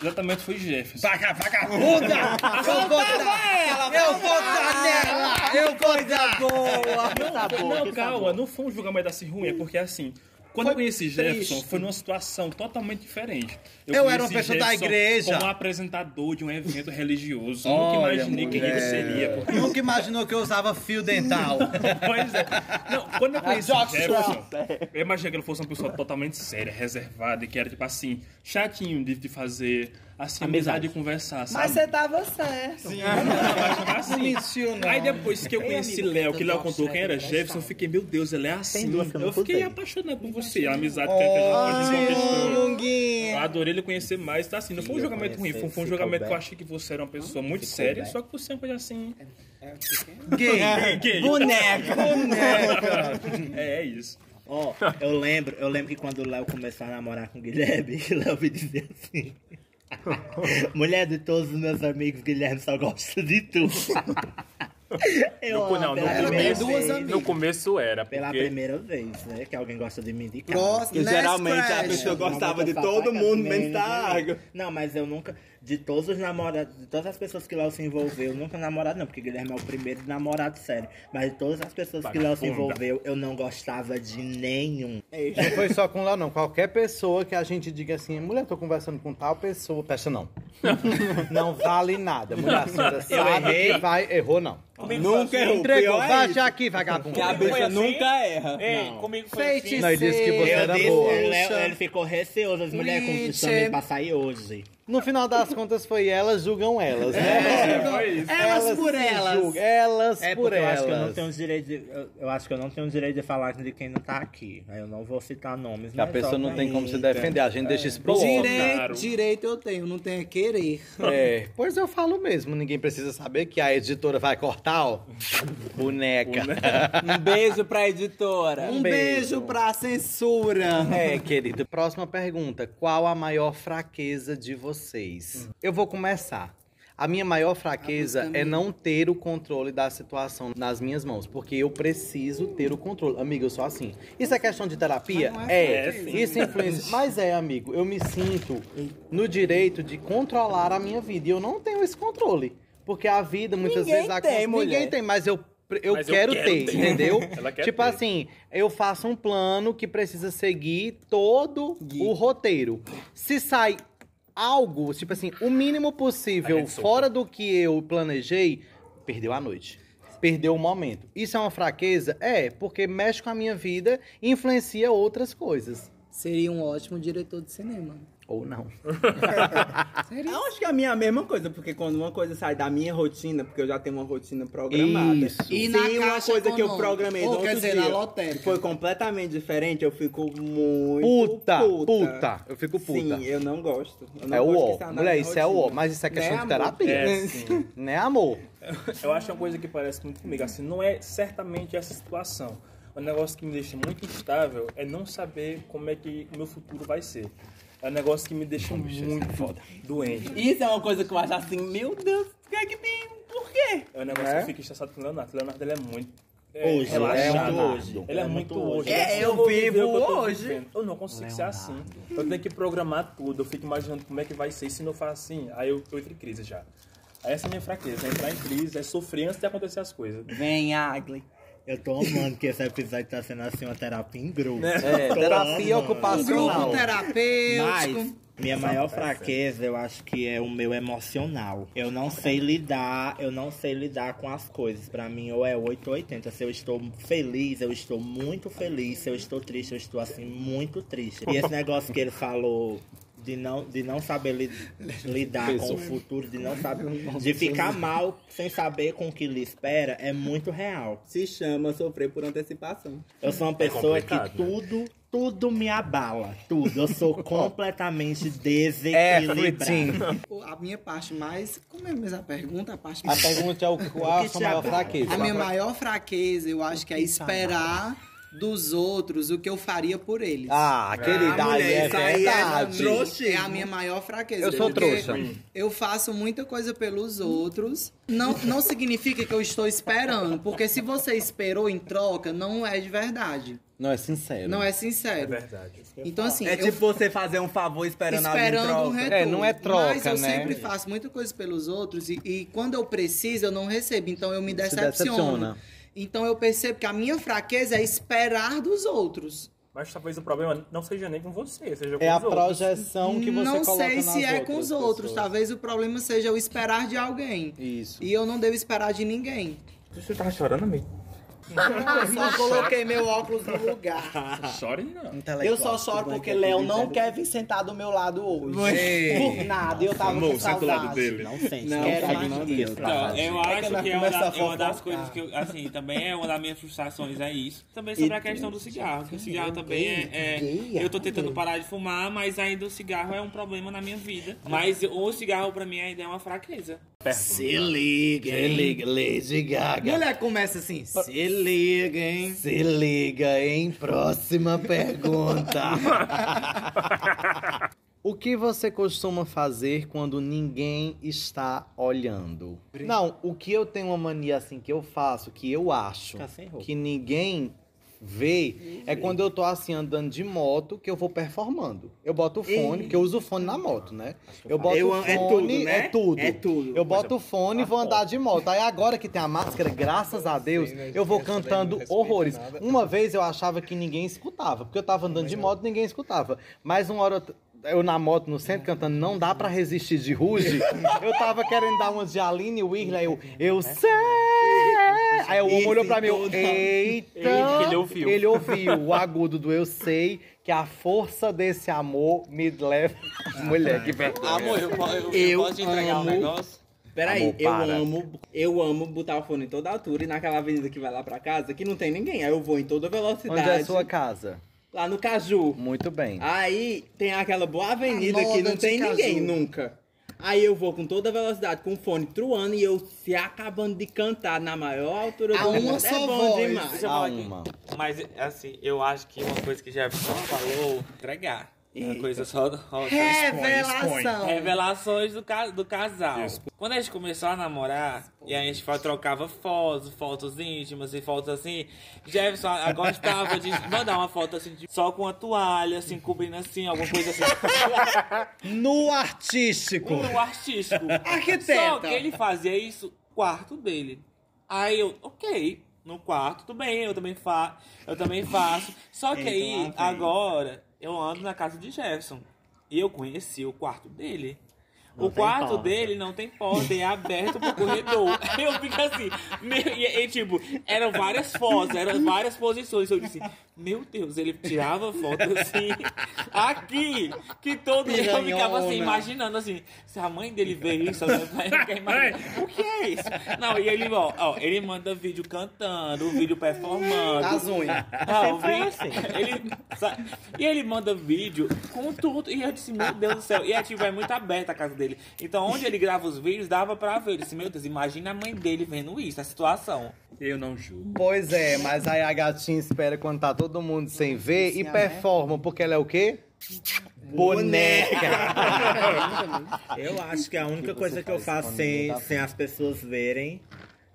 Speaker 8: Exatamente foi Jefferson.
Speaker 6: Vaca, vagabunda! Eu vou dar! Eu vou dar nela! Eu vou dar! Tá
Speaker 8: Não, não, calma, não foi um julgamento assim ruim, é porque assim, Quando
Speaker 6: Foi
Speaker 8: eu conheci
Speaker 6: triste.
Speaker 8: Jefferson, foi numa situação totalmente diferente.
Speaker 6: Eu era uma
Speaker 8: conheci
Speaker 6: pessoa da
Speaker 8: Jefferson
Speaker 6: igreja.
Speaker 8: Como apresentador de um evento religioso. Nunca
Speaker 6: Olha,
Speaker 8: imaginei quem ele
Speaker 6: mulher.
Speaker 8: seria. porque-
Speaker 6: Nunca imaginou que eu usava fio dental.
Speaker 8: Pois é. Não, quando eu conheci
Speaker 6: Jobs
Speaker 8: Jefferson, eu imaginei que ele fosse uma pessoa totalmente séria, reservada, e que era, tipo assim, chatinho de, de fazer, assim, amizade e conversar, sabe?
Speaker 2: Mas você tava certo.
Speaker 8: assim. Aí depois que eu conheci Léo, que Léo contou
Speaker 5: né,
Speaker 8: quem era Jefferson, eu fiquei, meu Deus, ele é assim.
Speaker 5: duas que eu não
Speaker 8: Eu fiquei
Speaker 5: contei.
Speaker 8: apaixonado por você, a amizade que é a gente conquistou. Eu adorei ele conhecer mais, tá assim, não foi um
Speaker 5: Queria
Speaker 8: julgamento ruim, foi,
Speaker 5: conhecer
Speaker 8: foi um
Speaker 5: esse
Speaker 8: julgamento que eu
Speaker 5: comeback.
Speaker 8: achei que você era uma pessoa muito séria, só que você é uma coisa assim...
Speaker 6: Gay.
Speaker 8: Gay.
Speaker 5: Boneca!
Speaker 8: É, é isso.
Speaker 5: Ó, eu lembro, eu lembro que quando o Léo começou a namorar com o Guilherme, o Léo me dizia assim. Mulher de todos os meus amigos, Guilherme só gosta de tu. Eu,
Speaker 10: No,
Speaker 5: ó,
Speaker 10: co- não, no
Speaker 5: pela primeira
Speaker 10: começo,
Speaker 5: vez-
Speaker 10: no começo era,
Speaker 5: Pela
Speaker 10: porque
Speaker 5: primeira vez, né? Que alguém gosta de mim de cara.
Speaker 2: Gosto,
Speaker 3: E
Speaker 2: né,
Speaker 3: geralmente a
Speaker 2: Scratch?
Speaker 3: pessoa gostava de
Speaker 5: Não,
Speaker 3: todo
Speaker 5: papai,
Speaker 3: mundo,
Speaker 5: também,
Speaker 3: menos da
Speaker 5: né?
Speaker 3: água.
Speaker 5: Não, mas eu nunca. De todos os namorados, de todas as pessoas que Léo se envolveu, nunca namorado não, porque Guilherme é o primeiro namorado sério. Mas de todas as pessoas que Léo se
Speaker 10: Vagabunda.
Speaker 5: envolveu, eu não gostava de nenhum.
Speaker 6: Não foi só com lá, não. Qualquer pessoa que a gente diga assim, mulher, tô conversando com tal pessoa. Peça não. não vale nada. Mulher, a senhora sabe que vai, errou não.
Speaker 5: é
Speaker 3: Nunca errou. O
Speaker 6: Entregou,
Speaker 3: pior é
Speaker 6: bate
Speaker 3: isso,
Speaker 6: aqui, vagabundo.
Speaker 3: que a
Speaker 9: Foi
Speaker 3: bicha
Speaker 9: assim?
Speaker 3: nunca erra.
Speaker 9: Ei, comigo foi assim.
Speaker 6: Não, ele disse que você
Speaker 5: Eu
Speaker 6: era
Speaker 5: disse,
Speaker 6: boa.
Speaker 5: o Léo- ele ficou receoso, as mulheres
Speaker 6: Nietzsche.
Speaker 3: é
Speaker 5: conquistando pra sair hoje.
Speaker 6: No final das contas, foi elas julgam elas, né?
Speaker 5: É, Elas, por elas.
Speaker 6: Julga- Elas
Speaker 5: É
Speaker 6: por
Speaker 5: porque eu
Speaker 6: elas.
Speaker 5: acho que eu não tenho os direitos de, eu, eu acho que eu não tenho os direitos de falar de quem não tá aqui. Aí Eu não vou citar nomes,
Speaker 6: A
Speaker 5: mas
Speaker 6: pessoa não tem como se
Speaker 5: obviamente.
Speaker 6: defender, a gente deixa isso pro homem.
Speaker 2: Direito, direito eu tenho, não tenho a querer.
Speaker 6: É, pois eu falo mesmo, ninguém precisa saber que a editora vai cortar, ó. Boneca.
Speaker 3: Um beijo pra editora.
Speaker 2: Um beijo pra censura.
Speaker 6: É, querido. Próxima pergunta. Qual a maior fraqueza de vocês?
Speaker 3: Hum.
Speaker 6: Eu vou começar. A minha maior fraqueza é não ter o controle da situação nas minhas mãos, porque eu preciso ter o controle. Amigo, eu sou assim. Isso é questão de terapia? é.
Speaker 3: né?
Speaker 6: Isso influencia. Mas é, amigo, eu me sinto no direito de controlar a minha vida e eu não tenho esse controle. Porque a vida muitas
Speaker 3: Ninguém
Speaker 6: vezes
Speaker 3: tem, mulher.
Speaker 6: ninguém tem, mas eu eu,
Speaker 10: Mas eu
Speaker 6: quero,
Speaker 10: quero
Speaker 6: ter,
Speaker 10: ter.
Speaker 6: entendeu?
Speaker 10: Ela quer
Speaker 6: tipo
Speaker 10: ter.
Speaker 6: assim, eu faço um plano que precisa seguir todo o roteiro. Se sai algo, tipo assim, o mínimo
Speaker 10: A
Speaker 6: possível
Speaker 10: gente solta.
Speaker 6: fora do que eu planejei, perdeu a noite. Perdeu o momento. Isso é uma fraqueza? É, porque mexe com a minha vida e influencia outras coisas.
Speaker 2: Seria um ótimo diretor de cinema.
Speaker 6: Ou não.
Speaker 3: Eu acho que a minha é a mesma coisa, porque quando uma coisa sai da minha rotina, porque eu já tenho uma rotina programada.
Speaker 6: Isso.
Speaker 3: E
Speaker 2: E
Speaker 3: se
Speaker 2: na
Speaker 3: uma
Speaker 2: caixa
Speaker 3: coisa que eu
Speaker 2: econômica?
Speaker 3: programei
Speaker 2: Ou
Speaker 3: no outro
Speaker 2: quer dizer,
Speaker 3: dia
Speaker 2: na lotérica.
Speaker 3: foi completamente diferente, eu fico muito
Speaker 6: Puta,
Speaker 3: puta.
Speaker 6: puta, Eu fico puta.
Speaker 3: Sim, eu não gosto. Eu não
Speaker 6: é o
Speaker 3: gosto que
Speaker 6: ó.
Speaker 3: saia da
Speaker 6: Mulher,
Speaker 3: minha
Speaker 6: isso é o ó.
Speaker 3: rotina.
Speaker 6: Mas isso é questão
Speaker 3: Né,
Speaker 6: de
Speaker 3: amor?
Speaker 6: terapia.
Speaker 8: É, sim.
Speaker 6: Né, amor?
Speaker 8: Eu acho uma coisa que parece muito comigo, assim, não é certamente essa situação. O negócio que me deixa muito instável é não saber como é que o meu futuro vai ser. É um negócio que me deixa muito doente.
Speaker 3: é Isso é uma coisa que eu acho assim, meu Deus, o que é que tem? Por quê? Né?
Speaker 8: É um negócio que eu fico estressado com o Leonardo. O Leonardo ele é muito é,
Speaker 5: Hoje,
Speaker 8: relaxado.
Speaker 5: é muito hoje.
Speaker 8: Ele é, muito hoje.
Speaker 3: É,
Speaker 8: Ele assim,
Speaker 3: eu
Speaker 8: vou viver
Speaker 3: vivo
Speaker 8: o que eu tô
Speaker 3: hoje.
Speaker 8: vivendo. Eu não consigo ser assim. Eu tenho que programar tudo. Eu fico imaginando como é que vai ser. E se não for assim, aí eu, eu entro em crise já. Aí Essa é a minha fraqueza, é entrar em crise, é sofrer antes de acontecer as coisas.
Speaker 3: Vem, Agli.
Speaker 5: Eu tô amando que esse episódio tá sendo assim uma terapia em grupo.
Speaker 6: É,
Speaker 5: Tô
Speaker 6: terapia
Speaker 5: amando.
Speaker 6: ocupacional.
Speaker 5: Mas minha maior fraqueza, eu acho que é o meu emocional. Eu não sei lidar, eu não sei lidar com as coisas. Pra mim, ou é 8 ou 80. Se eu estou feliz, eu estou muito feliz. Se eu estou triste, eu estou assim, muito triste. E esse negócio que ele falou. De não, de não saber li- lidar com o futuro, de não saber. De ficar mal sem saber com o que lhe espera é muito real.
Speaker 3: Se chama sofrer por antecipação.
Speaker 5: Eu sou uma pessoa que
Speaker 10: complicado, né?
Speaker 5: tudo, tudo me abala. Tudo. Eu sou completamente
Speaker 6: Everything.
Speaker 5: É, desequilibrado.
Speaker 2: O- A minha parte mais. Como é mesmo a pergunta? A parte
Speaker 6: A pergunta é o, qual a
Speaker 5: O que
Speaker 6: sua
Speaker 5: te
Speaker 6: maior
Speaker 5: abala?
Speaker 6: fraqueza.
Speaker 2: A minha maior fraqueza, eu acho que é esperar dos outros o que eu faria por eles.
Speaker 6: Ah, querida,
Speaker 3: mulher,
Speaker 6: aí é
Speaker 3: isso aí é
Speaker 6: verdade.
Speaker 3: trouxa.
Speaker 2: É a minha maior fraqueza.
Speaker 6: Eu sou
Speaker 2: porque
Speaker 6: trouxa.
Speaker 2: Eu faço muita coisa pelos outros. Não, não significa que eu estou esperando, porque se você esperou em troca, não é de verdade.
Speaker 6: Não é sincero.
Speaker 2: Não é sincero.
Speaker 8: Verdade.
Speaker 2: Então, assim,
Speaker 3: é
Speaker 2: eu
Speaker 3: tipo você fazer um favor esperando,
Speaker 2: esperando um
Speaker 3: alguém em troca.
Speaker 2: retorno.
Speaker 6: É, não é troca,
Speaker 2: Mas eu
Speaker 6: né?
Speaker 2: sempre faço muita coisa pelos outros e, e quando eu preciso, eu não recebo. Então eu me
Speaker 6: Se
Speaker 2: decepciono.
Speaker 6: decepciona.
Speaker 2: Então eu percebo que a minha fraqueza é esperar dos outros.
Speaker 8: Mas talvez o problema não seja nem com você, seja com
Speaker 5: É a
Speaker 8: os outros.
Speaker 5: projeção que você
Speaker 2: não
Speaker 5: coloca
Speaker 2: sei
Speaker 5: nas
Speaker 2: se é com os outros.
Speaker 5: pessoas.
Speaker 2: Talvez o problema seja eu esperar de alguém.
Speaker 6: Isso.
Speaker 2: E eu não devo esperar de ninguém.
Speaker 4: Você tava chorando, amigo?
Speaker 2: Eu só coloquei meu óculos no lugar.
Speaker 8: Chore não.
Speaker 6: Intelectual.
Speaker 7: Eu só choro porque Léo não quer vir sentar do meu lado hoje.
Speaker 6: Ei.
Speaker 7: Por nada, eu tava com
Speaker 8: Amor, senta do lado
Speaker 7: saudade.
Speaker 8: dele.
Speaker 5: Não sente,
Speaker 6: Não,
Speaker 5: não,
Speaker 7: Quero
Speaker 5: sabe
Speaker 7: mais
Speaker 5: não
Speaker 7: disso.
Speaker 5: disso.
Speaker 4: Então, eu acho
Speaker 7: nós
Speaker 4: que é
Speaker 7: começamos
Speaker 4: uma,
Speaker 7: a
Speaker 4: da- é uma das
Speaker 7: fofocar.
Speaker 4: coisas que eu, assim, também é uma das minhas frustrações, é isso. Também sobre a questão do cigarro, que o cigarro também é, é- Eu tô tentando parar de fumar, mas ainda o cigarro é um problema na minha vida. Mas o cigarro pra mim ainda é uma fraqueza.
Speaker 6: Se liga, hein? Se liga, Lady Gaga.
Speaker 2: Mulher começa assim.
Speaker 6: Se liga, hein? Se liga, hein? Próxima pergunta. o que você costuma fazer quando ninguém está olhando? Não, o que eu tenho uma mania assim que eu faço, que eu acho
Speaker 5: Ficar sem roupa.
Speaker 6: que ninguém vê, é quando eu tô assim andando de moto que eu vou performando. Eu boto o fone, porque eu uso o fone na moto, né? Eu boto
Speaker 3: Eu-
Speaker 6: o fone,
Speaker 3: é tudo, né?
Speaker 6: é tudo.
Speaker 3: É tudo.
Speaker 6: Eu boto o fone e vou andar de moto. Aí agora que tem a máscara, graças a Deus, eu vou cantando horrores. Uma vez eu achava que ninguém escutava, porque eu tava andando de moto, ninguém escutava. Mas uma hora eu- eu na moto no centro cantando Não Dá Pra Resistir de Ruge, eu tava querendo dar uma de Aline Whirley, eu,
Speaker 4: É.
Speaker 6: eu sei. Aí o homem olhou pra mim, eu, eita.
Speaker 4: ele ouviu.
Speaker 6: Ele ouviu o agudo do eu sei que a força desse amor me leva. Mulher, que vergonha.
Speaker 4: Amor, eu, eu,
Speaker 3: Eu
Speaker 4: posso te entregar
Speaker 3: amo-
Speaker 4: um negócio?
Speaker 3: Peraí,
Speaker 6: Amor,
Speaker 3: eu
Speaker 6: para.
Speaker 3: amo, eu amo botar o fone em toda altura e naquela avenida que vai lá pra casa, que não tem ninguém. Aí eu vou em toda velocidade.
Speaker 6: Onde é a sua casa?
Speaker 3: Lá no Caju.
Speaker 6: Muito bem.
Speaker 3: Aí tem aquela boa avenida
Speaker 2: moda
Speaker 3: que não
Speaker 2: de
Speaker 3: tem
Speaker 2: Caju.
Speaker 3: ninguém nunca. Aí eu vou com toda velocidade, com o fone truando e eu se acabando de cantar na maior altura
Speaker 2: A
Speaker 3: do
Speaker 2: uma
Speaker 3: mundo.
Speaker 2: só
Speaker 3: é bom
Speaker 2: voz.
Speaker 3: demais.
Speaker 4: Deixa eu
Speaker 6: Há
Speaker 4: falar aqui.
Speaker 6: uma.
Speaker 4: Mas, assim, eu acho que uma coisa que Jefferson falou, entregar. É uma coisa só... só-
Speaker 2: É, Revelação.
Speaker 4: Revelações do, ca- do casal. Quando a gente começou a namorar, e a gente fa- trocava fotos, fotos íntimas e fotos assim, Jefferson a- gostava de mandar uma foto assim, de- só com a toalha, assim, cobrindo assim, alguma coisa assim.
Speaker 6: No artístico.
Speaker 4: O artístico.
Speaker 2: Arquiteta.
Speaker 4: Só que ele fazia isso no quarto dele. Aí eu, ok, no quarto, tudo bem, eu também, fa eu também faço. Só que aí, agora, eu ando na casa de Jefferson. E eu conheci o quarto dele. o
Speaker 5: Não tem
Speaker 4: quarto
Speaker 5: porta.
Speaker 4: dele não tem porta, é aberto pro corredor. Aí eu fico assim, meu, e, e, tipo, eram várias fotos, eram várias posições. Eu disse, meu Deus, ele tirava foto assim, aqui, que todo dia eu ficava assim,
Speaker 2: Piranhona.
Speaker 4: imaginando assim, se a mãe dele vê isso, ela vai ficar imaginando, o que é isso? Não, e ele, ó, ó, ele manda vídeo cantando, vídeo performando.
Speaker 2: As unhas.
Speaker 4: Ah, o Vin- ele, sa- e ele manda vídeo com tudo. E eu disse, meu Deus do céu. E é, tipo, é muito aberta a casa dele. Então, onde ele grava os vídeos, dava pra ver. Eu disse, meu Deus, imagina a mãe dele vendo isso, a situação.
Speaker 8: Eu não julgo.
Speaker 6: Pois é, mas aí a gatinha espera quando tá todo mundo sem ver e
Speaker 2: né?
Speaker 6: performa, porque ela é o quê? Boneca!
Speaker 5: Eu acho que a única coisa que eu faço sem, sem as pessoas verem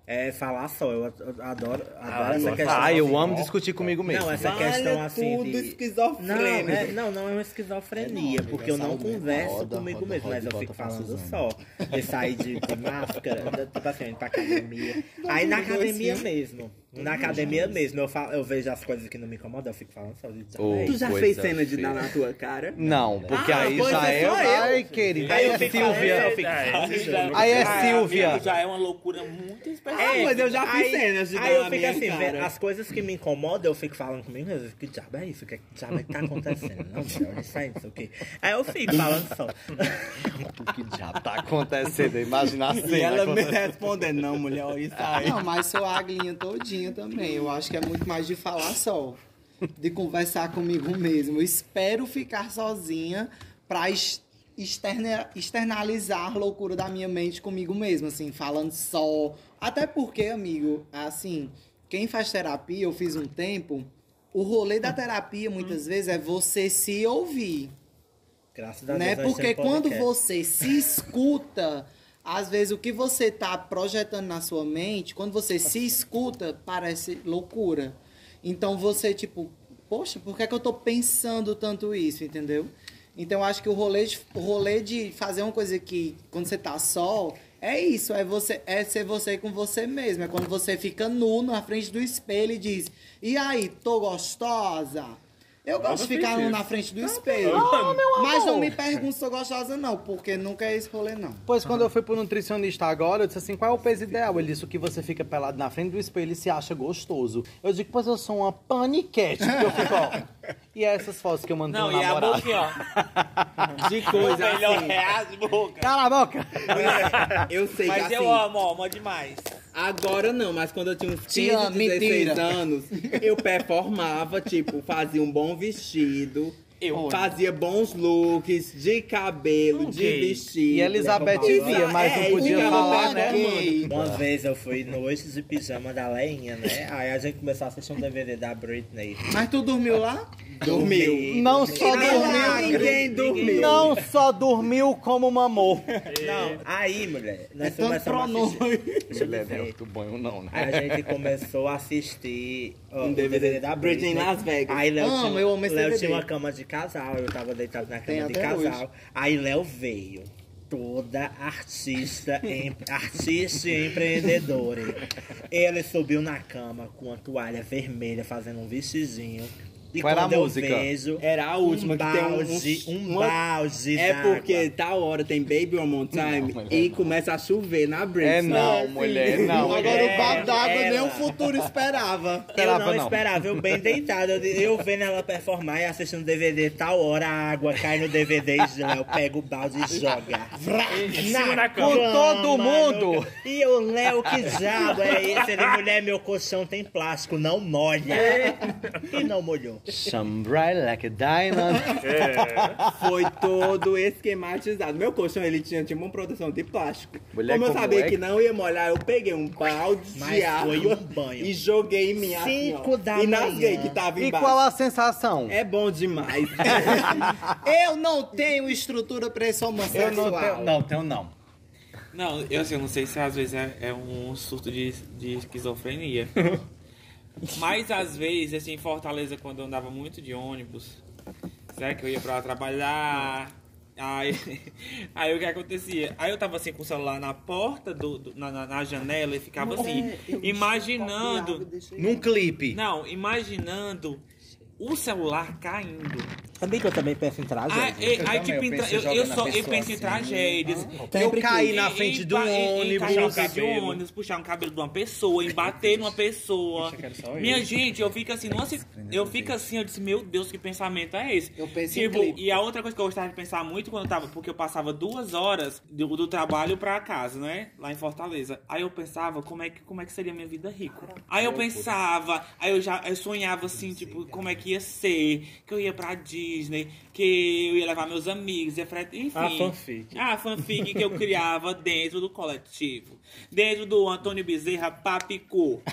Speaker 5: é falar só. Eu ad-
Speaker 10: Ah,
Speaker 5: adoro, adoro essa questão.
Speaker 6: Ai, eu
Speaker 5: assim,
Speaker 6: amo
Speaker 5: ó.
Speaker 6: discutir comigo mesmo.
Speaker 5: Não, essa questão assim.
Speaker 3: tudo É,
Speaker 5: de- Não, é, não, não é uma esquizofrenia, porque eu não converso comigo mesmo, mas eu fico falando só. Eu saí de, de máscara, da- tipo assim, indo pra academia. Aí na academia mesmo. Na academia mesmo, eu, falo, eu vejo as coisas que não me incomodam, eu fico falando só. gente,
Speaker 6: Ô,
Speaker 5: "Ei".
Speaker 3: Tu já
Speaker 6: coisa
Speaker 8: é,
Speaker 3: fez cena de
Speaker 6: feia.
Speaker 3: dar na tua cara?
Speaker 6: Não, porque
Speaker 3: Ah,
Speaker 6: aí
Speaker 3: pois
Speaker 6: já
Speaker 3: é,
Speaker 6: é.
Speaker 3: só eu.
Speaker 6: Ai, querida.
Speaker 5: Aí
Speaker 6: Aí
Speaker 5: eu
Speaker 6: é
Speaker 5: fico
Speaker 6: Silvia.
Speaker 5: falando,
Speaker 6: Aí é
Speaker 4: Ah,
Speaker 6: Silvia.
Speaker 4: amigo, Já é uma loucura muito especial.
Speaker 3: Ah, mas eu já fiz
Speaker 5: É, aí,
Speaker 3: cenas de dar
Speaker 5: Aí eu
Speaker 3: na
Speaker 5: fico
Speaker 3: minha
Speaker 5: assim,
Speaker 3: cara.
Speaker 5: velho, as coisas que me incomodam, eu fico falando comigo mesmo. Que diabo é isso? O que diabo é que tá acontecendo? Não, velho, isso aí, não sei o quê. Aí eu fico falando só.
Speaker 6: O que já tá acontecendo? Imagina a
Speaker 3: E
Speaker 6: cena.
Speaker 3: ela me
Speaker 6: acontecendo.
Speaker 3: respondendo, não, mulher, olha isso aí.
Speaker 2: Ah, Não, mas sou a aglinha todinha também. Eu acho que é muito mais de falar só. De conversar comigo mesmo. Eu espero ficar sozinha pra es- externa- externalizar a loucura da minha mente comigo mesmo, assim, falando só. Até porque, amigo, assim, quem faz terapia, eu fiz um tempo, o rolê da terapia, muitas vezes, é você se ouvir
Speaker 5: Graças a Deus.
Speaker 2: né?
Speaker 5: nós
Speaker 2: Porque
Speaker 5: temos
Speaker 2: quando
Speaker 5: podcast.
Speaker 2: você se escuta, às vezes o que você tá projetando na sua mente, quando você se escuta, parece loucura. Então você, tipo, poxa, por que, é que eu tô pensando tanto isso, entendeu? Então eu acho que o rolê, de, o rolê de fazer uma coisa que, quando você tá só, é isso, é você é ser você com você mesmo. É quando você fica nu na frente do espelho e diz, e aí, tô gostosa?
Speaker 7: Eu gosto de ficar
Speaker 3: sentido.
Speaker 7: na frente do espelho. Mas não me pergunte se eu gostosa, não, porque nunca é esse rolê, não.
Speaker 6: Pois quando eu fui pro nutricionista agora, eu disse assim: qual é o peso ideal? Ele disse o que você fica pelado na frente do espelho e se acha gostoso. Eu digo, pois eu sou uma paniquete, porque eu fico, ó. E é essas fotos que eu mando
Speaker 4: Não,
Speaker 6: pro
Speaker 4: e a
Speaker 6: namorado.
Speaker 4: boquinha, ó.
Speaker 3: De coisa
Speaker 4: O melhor
Speaker 3: assim.
Speaker 4: é as bocas.
Speaker 6: Cala a boca!
Speaker 3: Mulher, Eu sei
Speaker 4: Mas
Speaker 3: que assim,
Speaker 4: eu amo, ó, amo demais.
Speaker 3: agora não, mas quando eu tinha uns 15,
Speaker 7: amo,
Speaker 3: 16
Speaker 7: mentira.
Speaker 3: anos, eu performava, tipo, fazia um bom vestido,
Speaker 4: Eu.
Speaker 3: fazia bons looks de cabelo, de vestido.
Speaker 6: E Elizabeth
Speaker 3: Isso
Speaker 6: via, mas
Speaker 3: é,
Speaker 6: não podia
Speaker 3: isso é
Speaker 6: falar,
Speaker 3: uma
Speaker 6: né?
Speaker 3: gay.
Speaker 5: Uma vez eu fui noites de pijama da Leinha, né? Aí a gente começou a assistir um DVD da Britney.
Speaker 7: Mas tu dormiu lá?
Speaker 3: Dormiu.
Speaker 6: Não só
Speaker 3: Ah,
Speaker 6: dormiu.
Speaker 3: Ninguém dormiu. É
Speaker 6: Não só dormiu como mamou.
Speaker 5: Não, aí, mulher, nós
Speaker 7: É tanto
Speaker 5: começamos a assistir. Deixa eu
Speaker 8: é
Speaker 6: Mulher,
Speaker 5: ver.
Speaker 6: muito banho, não, né?
Speaker 5: A gente começou a assistir ó,
Speaker 3: Um
Speaker 5: o
Speaker 3: DVD
Speaker 5: da
Speaker 3: Britney
Speaker 5: Britney.
Speaker 3: em Las Vegas.
Speaker 5: Aí Léo,
Speaker 7: Amo,
Speaker 5: tinha,
Speaker 7: eu amo esse
Speaker 5: Léo
Speaker 7: DVD.
Speaker 5: tinha uma cama de casal, eu tava deitado na
Speaker 7: Tem
Speaker 5: cama de
Speaker 7: até
Speaker 5: casal. Aí Léo veio. Toda artista, em- artista e empreendedora. Ele subiu na cama com a toalha vermelha, fazendo um vestidinho. E
Speaker 6: Qual era
Speaker 5: quando
Speaker 6: a
Speaker 5: eu
Speaker 6: música?
Speaker 5: vejo,
Speaker 3: Era a última
Speaker 5: um
Speaker 3: que tem um-
Speaker 5: balde,
Speaker 3: um-
Speaker 5: um
Speaker 3: uma-
Speaker 5: balde
Speaker 3: É
Speaker 5: d'água.
Speaker 3: porque tal hora tem Baby One More Time
Speaker 6: Não, mas
Speaker 3: e
Speaker 6: é não.
Speaker 3: começa a chover na Britney.
Speaker 6: É não, mulher, não.
Speaker 7: Agora o
Speaker 5: Era,
Speaker 7: papo d'água nem
Speaker 5: era.
Speaker 7: o futuro esperava.
Speaker 5: Eu
Speaker 6: Esperava,
Speaker 5: não,
Speaker 6: não.
Speaker 5: esperava, eu bem deitado. Eu, eu vendo ela performar e assistindo DVD, tal hora a água cai no DVD e eu pego o balde e joga. Vrá,
Speaker 8: cima da
Speaker 6: Com
Speaker 8: cama.
Speaker 6: todo mundo!
Speaker 5: no- E o Léo, que diabo é esse? Ele, mulher, meu colchão tem plástico, não molha. E não molhou.
Speaker 6: Shine bright like a diamond. É.
Speaker 3: Foi todo esquematizado. Meu colchão, ele tinha tipo uma proteção de plástico.
Speaker 6: Mulher,
Speaker 3: como eu
Speaker 6: como
Speaker 3: sabia
Speaker 6: é
Speaker 3: que não ia molhar, eu peguei um balde
Speaker 5: Mas
Speaker 3: de
Speaker 5: foi
Speaker 3: água
Speaker 5: um banho.
Speaker 3: e joguei em minha
Speaker 5: Cinco
Speaker 3: ó,
Speaker 5: da
Speaker 3: E nasguei
Speaker 5: manhã.
Speaker 3: que tava
Speaker 6: E
Speaker 3: embaixo.
Speaker 6: qual a sensação?
Speaker 3: É bom demais.
Speaker 7: Eu não tenho estrutura pra esse homossexual.
Speaker 6: Não, tenho não.
Speaker 4: Não, eu, assim, eu não sei se às vezes é, é um surto de, de esquizofrenia. Mas às vezes, assim, em Fortaleza, quando eu andava muito de ônibus, será que eu ia pra lá trabalhar? Aí, aí o que acontecia? Aí eu tava assim com o celular na porta, do, do- na, na- na janela e ficava assim, imaginando.
Speaker 6: Num clipe.
Speaker 4: Não, imaginando o celular caindo.
Speaker 5: Também que eu também penso em
Speaker 8: Ah,
Speaker 4: Aí,
Speaker 5: tragédia.
Speaker 4: aí,
Speaker 6: é, também,
Speaker 4: tipo,
Speaker 6: eu
Speaker 4: em tra-
Speaker 6: penso
Speaker 4: eu,
Speaker 6: jogando
Speaker 4: eu,
Speaker 6: na
Speaker 4: só, eu
Speaker 6: pessoa
Speaker 4: penso em
Speaker 6: assim,
Speaker 4: tragédias.
Speaker 6: Eu caí
Speaker 4: Em-
Speaker 6: na
Speaker 4: em-
Speaker 6: frente
Speaker 4: em-
Speaker 6: do
Speaker 4: em- em-
Speaker 6: ônibus.
Speaker 4: Puxar o cabelo um de
Speaker 8: cabelo.
Speaker 4: um ônibus, puxar um cabelo de uma pessoa, embater numa pessoa.
Speaker 8: Poxa, quero só eu.
Speaker 4: Minha gente, eu fico assim, nossa,
Speaker 8: é
Speaker 4: eu fico assim, eu disse, meu Deus, que pensamento é esse?
Speaker 7: Eu penso em
Speaker 4: tipo,
Speaker 7: clipe.
Speaker 4: E a outra coisa que eu gostava de pensar muito quando eu tava, porque eu passava duas horas do, do trabalho pra casa, né? Lá em Fortaleza. Aí eu pensava, como é que, como é que seria minha vida rica? Aí eu pensava, aí eu já eu sonhava assim, tipo, como é que ia ser, que eu ia pra Disney, que eu ia levar meus amigos, ia pra, enfim.
Speaker 8: A Ah, fanfic.
Speaker 4: A fanfic que eu criava dentro do coletivo. Dentro do Antônio Bezerra Papicu.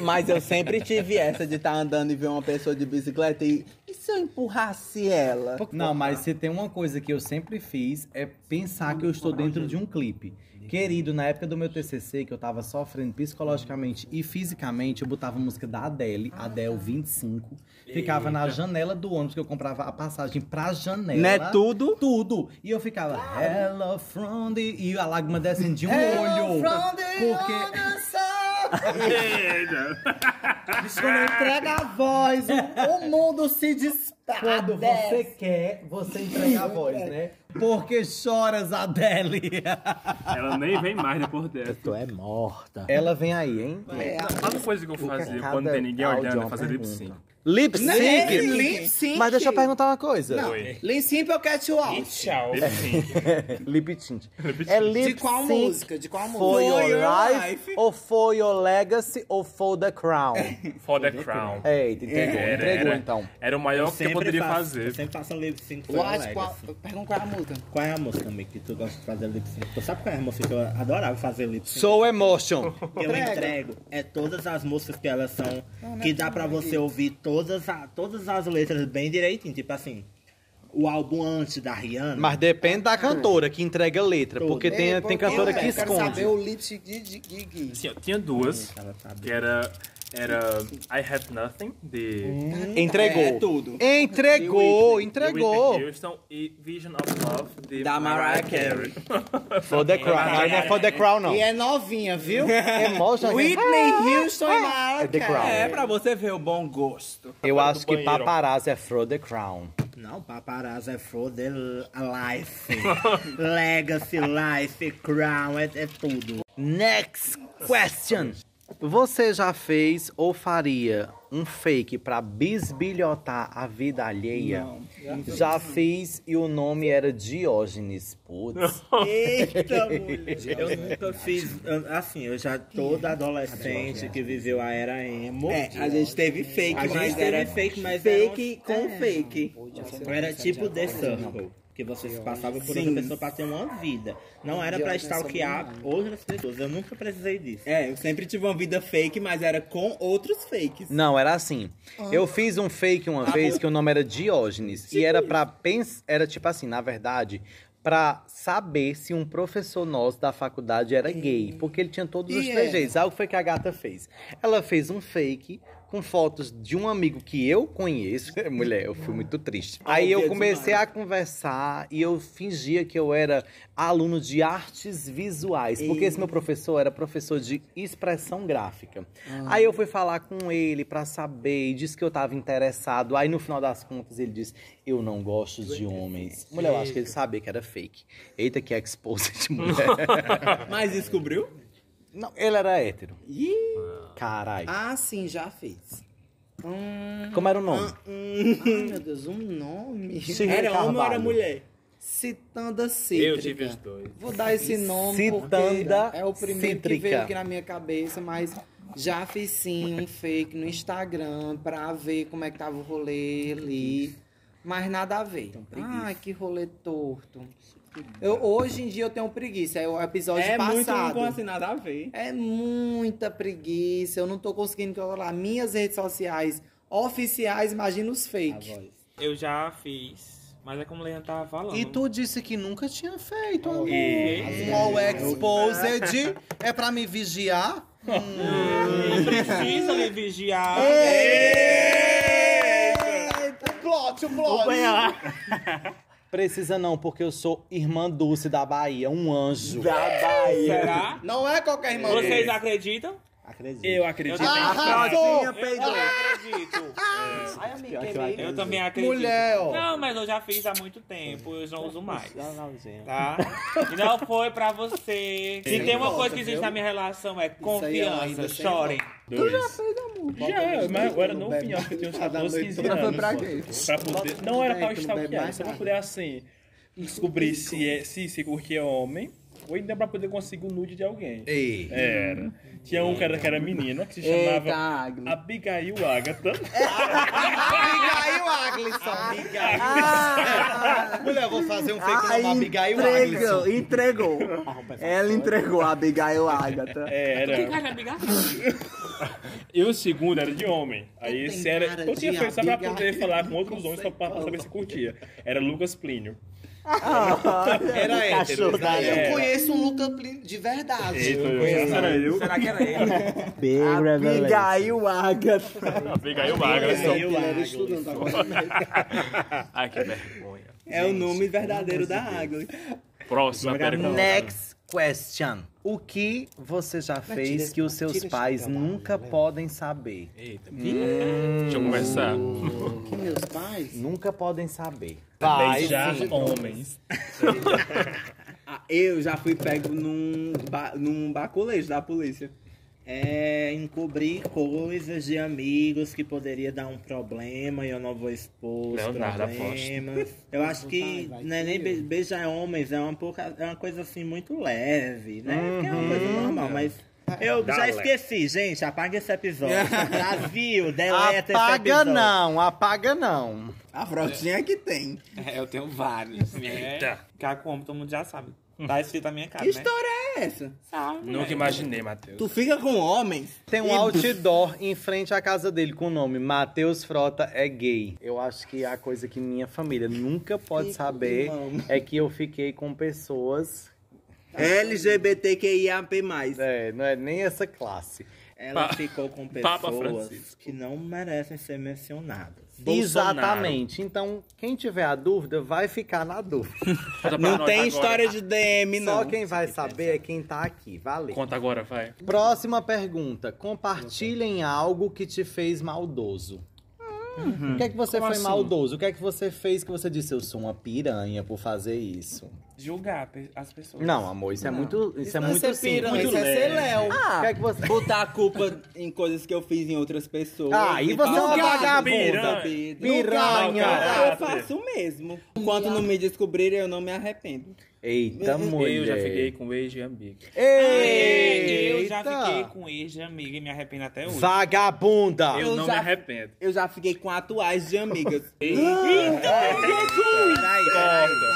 Speaker 3: Mas eu sempre tive essa de estar andando e ver uma pessoa de bicicleta e, e se eu empurrasse ela?
Speaker 6: Não, mas
Speaker 3: né?
Speaker 6: se tem uma coisa que eu sempre fiz é pensar que eu estou dentro de um clipe. Querido, na época do meu TCC, que eu tava sofrendo psicologicamente e fisicamente, eu botava música da Adele, Adele 25. Ficava na janela do ônibus, que eu comprava a passagem pra janela.
Speaker 3: Né, tudo?
Speaker 6: Tudo. E eu ficava, hello from the... E a lágrima descendo de um olho. porque... Quando entrega a voz, o, o mundo se dispara. Quando você quer, você entrega a voz, né? Porque choras, Adele.
Speaker 8: Ela nem vem mais depois dessa.
Speaker 5: Tu é morta.
Speaker 6: Ela vem aí, hein? É.
Speaker 8: Sabe uma coisa que eu fazia
Speaker 6: cada
Speaker 8: quando tem ninguém
Speaker 6: áudio é
Speaker 8: olhando?
Speaker 6: uma
Speaker 8: Eu fazia lip
Speaker 6: pergunta.
Speaker 8: sync.
Speaker 6: Né? Lip
Speaker 7: Lip
Speaker 6: sync.
Speaker 7: sync.
Speaker 6: Mas deixa eu perguntar uma coisa.
Speaker 8: Oi.
Speaker 7: Lip sync ou catwalk?
Speaker 9: Tchau.
Speaker 4: É
Speaker 8: Lip sync.
Speaker 6: Lip sync. É
Speaker 7: De
Speaker 6: lip
Speaker 7: qual
Speaker 6: sync,
Speaker 7: música? De qual música?
Speaker 6: For your
Speaker 7: For your
Speaker 6: life, ou for your legacy, ou for the crown.
Speaker 8: For the Crown.
Speaker 6: Eita, entregou,
Speaker 8: Era,
Speaker 6: então. entregou
Speaker 8: era.
Speaker 6: então.
Speaker 8: Era o maior que eu poderia
Speaker 5: Eu
Speaker 8: fazer.
Speaker 5: sempre faço um lip sync for
Speaker 7: What?
Speaker 5: Alex.
Speaker 7: Qual- Pergunta qual é a música.
Speaker 5: Qual é a música, amigo, que tu gosta de fazer lip sync? Tu sabe qual é a música que eu adorava fazer lip sync?
Speaker 6: Soul Emotion.
Speaker 5: Eu
Speaker 7: Entrega.
Speaker 5: entrego. É todas as músicas que elas são. que dá pra você ouvir todas, a- todas as letras bem direitinho. Tipo assim, o álbum antes da Rihanna.
Speaker 6: Mas depende da cantora que entrega letra,
Speaker 5: Tudo.
Speaker 6: É, porque tem, tem cantora
Speaker 7: é Eu
Speaker 6: que
Speaker 7: quero saber
Speaker 6: esconde.
Speaker 7: o lip sync de Gigi.
Speaker 8: Assim, ó, tinha duas,
Speaker 5: Ela sabe.
Speaker 8: que era era I Have Nothing, de
Speaker 6: Entregou.
Speaker 3: É, tudo.
Speaker 6: Entregou,
Speaker 8: Whitney
Speaker 6: entregou.
Speaker 8: Houston e Vision of Love, de
Speaker 3: Da Mariah Carey.
Speaker 6: For the Crown. Mas não é For the Crown, não.
Speaker 7: E é novinha, viu? Ah,
Speaker 6: É mó, já-
Speaker 7: Whitney Houston e Mariah
Speaker 6: É The Crown.
Speaker 7: Carey.
Speaker 3: É pra você ver o bom gosto.
Speaker 6: Eu acho que
Speaker 8: banheiro.
Speaker 6: paparazzi é For the Crown.
Speaker 5: Não, paparazzo é for the life. Legacy, life, crown, é, é tudo.
Speaker 6: Next question. Você já fez ou faria um fake pra bisbilhotar a vida alheia? já fiz e o nome era Diógenes. Putz.
Speaker 5: Eita, mulher. Eu nunca fiz. eu- Assim, eu já toda adolescente que viveu a era emo.
Speaker 3: É, a gente teve fake,
Speaker 5: A gente
Speaker 3: mas
Speaker 5: teve
Speaker 3: era
Speaker 5: fake, mas É.
Speaker 3: fake com fake.
Speaker 5: Era tipo The Circle. Que você se passava por outra pessoa pra ter uma vida. Não era pra stalkear outras pessoas. Eu nunca precisei disso.
Speaker 3: É, eu sempre tive uma vida fake, mas era com outros fakes.
Speaker 6: Não, era assim. Eu fiz um fake uma vez que o nome era Diógenes. E era pra pensar. Era tipo assim, na verdade, pra saber se um professor nosso da faculdade era gay. Porque ele tinha todos os trejeitos. Algo foi que a gata fez. Ela fez um fake com fotos de um amigo que eu conheço. Mulher, eu fui muito triste. Aí eu
Speaker 3: Óbvio
Speaker 6: comecei a conversar e eu fingia que eu era aluno de artes visuais, porque esse meu professor era professor de expressão gráfica.
Speaker 3: Ah.
Speaker 6: Aí eu fui falar com ele pra saber, e disse que eu tava interessado. Aí no final das contas ele disse: "Eu não gosto de homens". Mulher, eu acho que ele sabia que era fake. Eita que exposed, mulher.
Speaker 3: Mas descobriu?
Speaker 6: não, ele era hétero. Caralho.
Speaker 7: Ah, sim, já fiz. Hum.
Speaker 6: Como era o
Speaker 3: Ah.
Speaker 6: nome?
Speaker 7: Ai, meu Deus, um nome.
Speaker 6: Shirley
Speaker 3: Era homem ou era
Speaker 6: Carvalho.
Speaker 3: mulher?
Speaker 7: Citanda
Speaker 8: Eu
Speaker 7: Cítrica.
Speaker 8: tive os dois.
Speaker 7: Vou dar esse nome
Speaker 6: Citanda
Speaker 7: porque é o primeiro que
Speaker 6: cítrica.
Speaker 7: veio aqui na minha cabeça, mas já fiz sim um fake no Instagram pra ver como é que tava o rolê ali. Mas nada a ver. Ai, que rolê torto. Eu, hoje em dia eu tenho preguiça, é o episódio
Speaker 3: é muito
Speaker 7: passado.
Speaker 3: não com assim, nada a ver.
Speaker 7: É muita preguiça, eu não tô conseguindo controlar minhas redes sociais oficiais, imagina os fake.
Speaker 4: Eu já fiz, mas é como o Leandro tava falando.
Speaker 6: E tu disse que nunca tinha feito, amor.
Speaker 8: E-
Speaker 3: é,
Speaker 6: Small exposed é pra me vigiar?
Speaker 4: Não precisa me vigiar.
Speaker 6: Plot, Precisa não, porque eu sou irmã Dulce da Bahia, um anjo.
Speaker 4: Será?
Speaker 7: Não é qualquer irmão.
Speaker 4: Vocês acreditam?
Speaker 6: Acredito.
Speaker 8: Eu acredito.
Speaker 6: Arrasou!
Speaker 4: Eu acredito.
Speaker 7: Ai, amiga, querido.
Speaker 4: Eu também acredito.
Speaker 6: Mulher, ó.
Speaker 4: Não, mas eu já fiz há muito tempo, eu não uso mais. Tá? E não foi pra você. Se tem uma coisa que existe na minha relação é
Speaker 7: aí é uma
Speaker 4: confiança.
Speaker 7: ainda sem
Speaker 4: Chorem.
Speaker 8: Dois. Tu já fez amor. Já, mas eu era novinho, acho que eu tinha uns 14, 15 anos.
Speaker 7: Foi pra quê?
Speaker 8: Pra poder... Não era pra
Speaker 7: Bota o beco, não bebe
Speaker 8: stalkear,
Speaker 7: mais
Speaker 8: só pra
Speaker 7: nada.
Speaker 8: poder, assim, descobrir se, é, se, se curtir é homem, ou ainda pra poder conseguir o nude de alguém.
Speaker 6: Ei.
Speaker 8: Era. Tinha um cara que era menina, que se chamava Abigail Agatha.
Speaker 7: Abigail Aglisson.
Speaker 6: Mulher, eu vou fazer um fake ah, Abigail Ah, Aglisson.
Speaker 2: entregou. Ela entregou a Abigail Agatha.
Speaker 8: É, Era. E o segundo era de homem. Aí esse
Speaker 7: tem
Speaker 8: era.
Speaker 7: cara
Speaker 8: Eu tinha
Speaker 7: de
Speaker 8: feito só pra
Speaker 7: Abigail.
Speaker 8: poder falar com outros homens pra, pra saber se curtia. Era Lucas Plínio.
Speaker 4: Tá
Speaker 6: Era hétero.
Speaker 8: É.
Speaker 7: Eu conheço um Luca Plin de verdade.
Speaker 8: Eita, eu já era eu.
Speaker 4: Será que era ele?
Speaker 6: É
Speaker 2: Abigail Agatha.
Speaker 8: Ah, Abigail Agatha.
Speaker 7: Ele era estudante agora.
Speaker 8: então? Ai, que vergonha.
Speaker 3: É o nome verdadeiro da água.
Speaker 8: Próxima pergunta.
Speaker 6: Next question. O que você já fez que os seus pais nunca podem saber?
Speaker 8: Eita, Deixa eu conversar.
Speaker 7: Que meus pais.
Speaker 6: Nunca podem saber.
Speaker 8: Beijar homens.
Speaker 3: Ah, eu já fui pego num, ba num baculejo da polícia.
Speaker 5: É encobrir coisas de amigos que poderia dar um problema e eu não vou expor os
Speaker 8: Leonardo,
Speaker 5: problemas. Eu acho que não é nem be- beijar homens, é uma, pouca, é uma coisa assim muito leve, né? Que é uma coisa normal, mas. Eu
Speaker 8: Uhum. Dá
Speaker 5: já
Speaker 8: leve.
Speaker 5: esqueci, gente. Apaga esse episódio. Brasil, deleta esse
Speaker 6: Apaga
Speaker 5: episódio.
Speaker 6: não, apaga não.
Speaker 3: A frotinha que tem.
Speaker 4: É, eu tenho vários. né?
Speaker 8: Eita.
Speaker 4: Ficar como todo mundo já sabe. Tá escrito na minha cara,
Speaker 3: Que
Speaker 4: né?
Speaker 3: história é essa?
Speaker 4: Sabe,
Speaker 8: Nunca
Speaker 4: né?
Speaker 8: imaginei, Matheus.
Speaker 3: Tu fica com homens?
Speaker 6: Tem um outdoor em frente à casa dele com o nome Matheus Frota é gay. Eu acho que a coisa que minha família nunca pode saber é que eu fiquei com pessoas.
Speaker 3: LGBTQIAP+.
Speaker 8: É.
Speaker 6: É, não é nem essa classe.
Speaker 5: Ela
Speaker 4: Pa-
Speaker 5: ficou com
Speaker 4: Papa
Speaker 5: pessoas
Speaker 4: Francisco.
Speaker 5: que não merecem ser mencionadas.
Speaker 6: Exatamente. Então, quem tiver a dúvida, vai ficar na dúvida.
Speaker 8: Conta pra
Speaker 6: Não
Speaker 8: nós
Speaker 6: tem
Speaker 8: agora.
Speaker 6: história de DM, não.
Speaker 5: não.
Speaker 6: Só quem vai saber é quem tá aqui. Valeu.
Speaker 8: Conta agora, vai.
Speaker 6: Próxima pergunta. Compartilhem algo que te fez maldoso. O que é que você
Speaker 8: Como
Speaker 6: foi
Speaker 8: assim?
Speaker 6: maldoso? O que é que você fez que você disse, eu sou uma piranha por fazer isso?
Speaker 9: Julgar pe- as pessoas.
Speaker 6: Não, amor, isso é muito. Isso, é muito simples.
Speaker 3: Isso é ser Léo.
Speaker 6: O que é que você.
Speaker 3: Botar a culpa em coisas que eu fiz em outras pessoas.
Speaker 6: Ah, e você é uma
Speaker 3: tal.
Speaker 6: vagabunda.
Speaker 3: Piranha.
Speaker 6: Piranha.
Speaker 3: Eu faço mesmo. Enquanto não me descobrirem, eu não me arrependo.
Speaker 6: Eita, mulher.
Speaker 8: Um Eu já fiquei com o ex de amigo.
Speaker 6: Eita.
Speaker 9: Eu já fiquei com ex de amiga e me arrependo até hoje.
Speaker 6: Vagabunda.
Speaker 8: Ah, Eu não me
Speaker 3: já-
Speaker 8: arrependo.
Speaker 3: Eu já fiquei com atuais de amigas.
Speaker 8: Conta.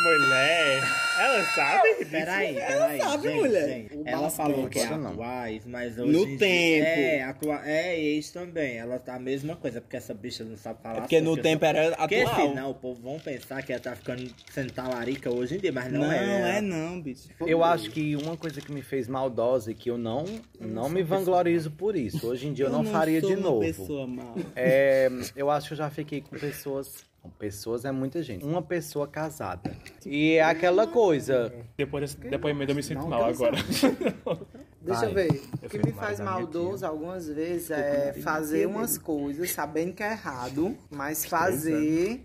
Speaker 8: Mulher. é. Ela sabe?
Speaker 5: Peraí, peraí.
Speaker 3: sabe, é
Speaker 5: gente,
Speaker 3: mulher.
Speaker 5: gente,
Speaker 6: O
Speaker 5: ela falou que é
Speaker 6: bastante, não.
Speaker 5: atuais, mas hoje.
Speaker 3: No
Speaker 5: em dia-
Speaker 3: tempo.
Speaker 5: É, atua... é ex também. Ela tá a mesma coisa, porque essa bicha não sabe falar.
Speaker 3: É porque no
Speaker 5: sobre,
Speaker 3: tempo era
Speaker 5: Porque
Speaker 3: atual.
Speaker 5: senão o povo vão pensar que ela tá ficando sendo talarica hoje em dia, mas não,
Speaker 3: Não,
Speaker 5: é.
Speaker 3: é não, bicho.
Speaker 6: Eu acho que uma coisa que me fez maldosa e que eu não, não me vanglorizo por isso. Hoje em dia eu, não, faria
Speaker 3: sou
Speaker 6: de
Speaker 3: uma
Speaker 6: novo.
Speaker 3: pessoa mal.
Speaker 6: É, eu acho que eu já fiquei com pessoas. com Pessoas é muita gente. Uma pessoa casada. E é aquela coisa.
Speaker 8: Depois desse depoimento eu me sinto
Speaker 2: Não,
Speaker 8: mal
Speaker 2: que
Speaker 8: agora.
Speaker 2: Deixa
Speaker 6: Vai.
Speaker 2: eu ver. O que
Speaker 8: fui
Speaker 2: me
Speaker 8: mais
Speaker 2: faz
Speaker 8: da minha
Speaker 2: maldoso algumas vezes é fazer umas coisas sabendo que é errado, mas fazer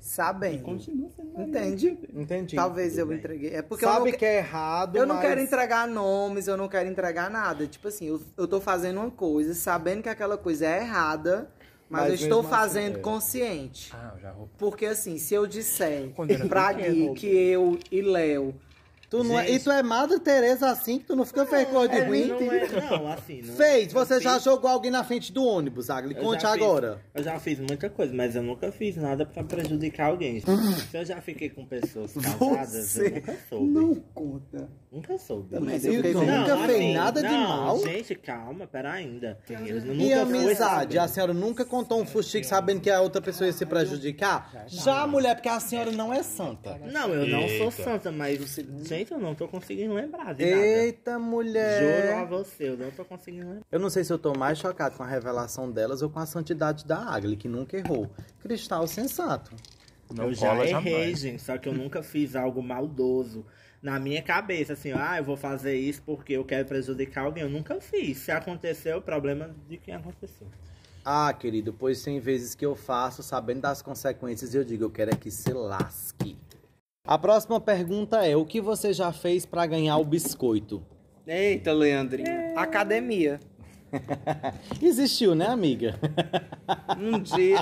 Speaker 2: sabendo.
Speaker 3: Continua sendo mal.
Speaker 2: Entende?
Speaker 6: Entendi.
Speaker 2: Talvez eu
Speaker 6: Tudo bem.
Speaker 2: entreguei. É porque eu não
Speaker 6: Sabe
Speaker 2: que-
Speaker 6: que é errado.
Speaker 2: Eu não
Speaker 6: mas-
Speaker 2: quero entregar nomes, eu não quero entregar nada. Tipo assim, eu, eu tô fazendo uma coisa, sabendo que aquela coisa é errada, mas,
Speaker 6: Mas
Speaker 2: eu estou
Speaker 6: mesmo assim,
Speaker 2: fazendo
Speaker 6: é.
Speaker 2: consciente.
Speaker 8: Ah, eu já vou.
Speaker 2: Porque assim, se eu disser
Speaker 8: Quando era
Speaker 2: pra
Speaker 8: pequeno,
Speaker 2: Gui que eu e Léo.
Speaker 6: Tu não é... E tu é Madre Teresa assim que tu não fica feliz com de mim?
Speaker 5: Não, é, não assim, não.
Speaker 6: Fez, você já jogou alguém na frente do ônibus, Agli.
Speaker 5: Eu
Speaker 6: Conte
Speaker 5: já fiz-
Speaker 6: agora.
Speaker 5: eu já fiz muita coisa, mas eu nunca fiz nada pra prejudicar alguém.
Speaker 6: Ah.
Speaker 5: Se eu já fiquei com pessoas casadas,
Speaker 2: Você
Speaker 5: eu nunca soube.
Speaker 2: conta.
Speaker 5: Nunca soube.
Speaker 2: Mas
Speaker 6: eu
Speaker 2: fiquei
Speaker 6: tu
Speaker 2: com-
Speaker 6: nunca fez nada de
Speaker 5: assim, não,
Speaker 6: mal?
Speaker 5: Gente, calma, pera ainda. Eu nunca
Speaker 6: E
Speaker 5: fui
Speaker 6: amizade?
Speaker 5: saber.
Speaker 6: A senhora nunca contou um fustigo sabendo que a outra pessoa ia se prejudicar? Já, mulher, porque a senhora não é santa.
Speaker 5: Não, eu não sou
Speaker 8: Eita.
Speaker 5: santa, mas gente, eu não tô conseguindo lembrar de nada.
Speaker 6: Eita,
Speaker 5: Juro a
Speaker 6: mulher.
Speaker 5: você, eu não tô conseguindo lembrar.
Speaker 6: Eu não sei se eu tô mais chocado com a revelação delas ou com a santidade da Agli, que nunca errou. Cristal sensato.
Speaker 8: Não
Speaker 5: eu já
Speaker 8: cola
Speaker 5: errei,
Speaker 8: jamais.
Speaker 5: gente, só que eu nunca fiz algo maldoso. Na minha cabeça, assim, ah, eu vou fazer isso porque eu quero prejudicar alguém. Eu nunca fiz. Se aconteceu, o problema de quem aconteceu.
Speaker 6: Ah, querido, pois tem vezes que eu faço sabendo das consequências e eu digo, eu quero é que se lasque. A próxima pergunta é: o que você já fez pra ganhar o biscoito?
Speaker 3: Eita, Leandrinho.
Speaker 2: Academia.
Speaker 6: Existiu, né, amiga?
Speaker 3: Um dia.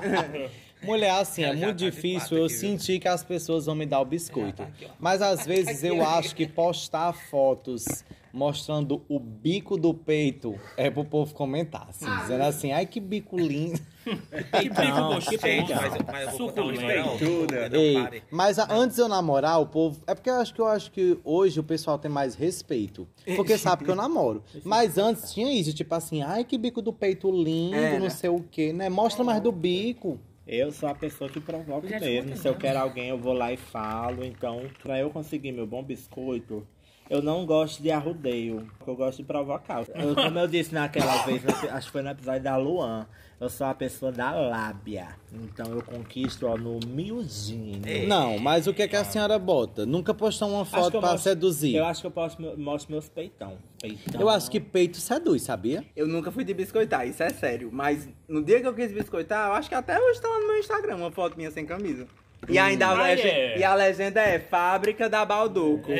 Speaker 6: Mulher, assim, é
Speaker 9: Ela já
Speaker 6: muito
Speaker 9: tá de
Speaker 6: difícil
Speaker 9: quatro
Speaker 6: eu
Speaker 9: aqui, viu? tá
Speaker 6: sentir que as pessoas vão me dar o biscoito. Mas às vezes eu acho que postar fotos mostrando o bico do peito é pro povo comentar, assim, dizendo assim, ai que bico lindo.
Speaker 9: Que
Speaker 6: Não,
Speaker 9: bico gostoso.
Speaker 6: chega.
Speaker 9: Mas, eu- mas eu vou contar uma história.
Speaker 3: Suculenta.
Speaker 9: Não,
Speaker 6: Ei,
Speaker 9: pare.
Speaker 6: mas a- antes eu namorar, o povo. É porque eu acho que eu acho que hoje o pessoal tem mais respeito. Porque sabe que eu namoro. Mas
Speaker 9: tá.
Speaker 6: antes tinha isso, tipo assim, ai que bico do peito lindo,
Speaker 9: É,
Speaker 6: não sei o quê, né? Mostra mais do bico.
Speaker 5: Eu sou a pessoa que provoca
Speaker 9: Já te
Speaker 5: mesmo.
Speaker 9: contei,
Speaker 5: Se eu
Speaker 9: né?
Speaker 5: quero alguém, eu vou lá e falo. Então, pra eu conseguir meu bom biscoito, eu não gosto de arrudeio. Eu gosto de provocar. Eu, como eu disse naquela vez, no- acho que foi no episódio da Luan, eu sou a pessoa da lábia. Então, eu conquisto ó, no miudinho.
Speaker 6: Não, mas o que é que a senhora bota? Nunca postou uma
Speaker 5: Acho que
Speaker 6: foto
Speaker 5: eu
Speaker 6: pra
Speaker 5: mostro-
Speaker 6: seduzir.
Speaker 5: Eu acho que eu posso, meu- mostro meus peitão. peitão.
Speaker 6: eu acho que peito seduz, sabia?
Speaker 3: Eu nunca fui de biscoitar, isso é sério. Mas no dia que eu quis biscoitar, eu acho que até hoje tá lá no meu Instagram uma foto minha sem camisa. E ainda a,
Speaker 11: Hum.
Speaker 8: Ah,
Speaker 3: lege-
Speaker 8: é.
Speaker 3: e a legenda é Fábrica da Balduco.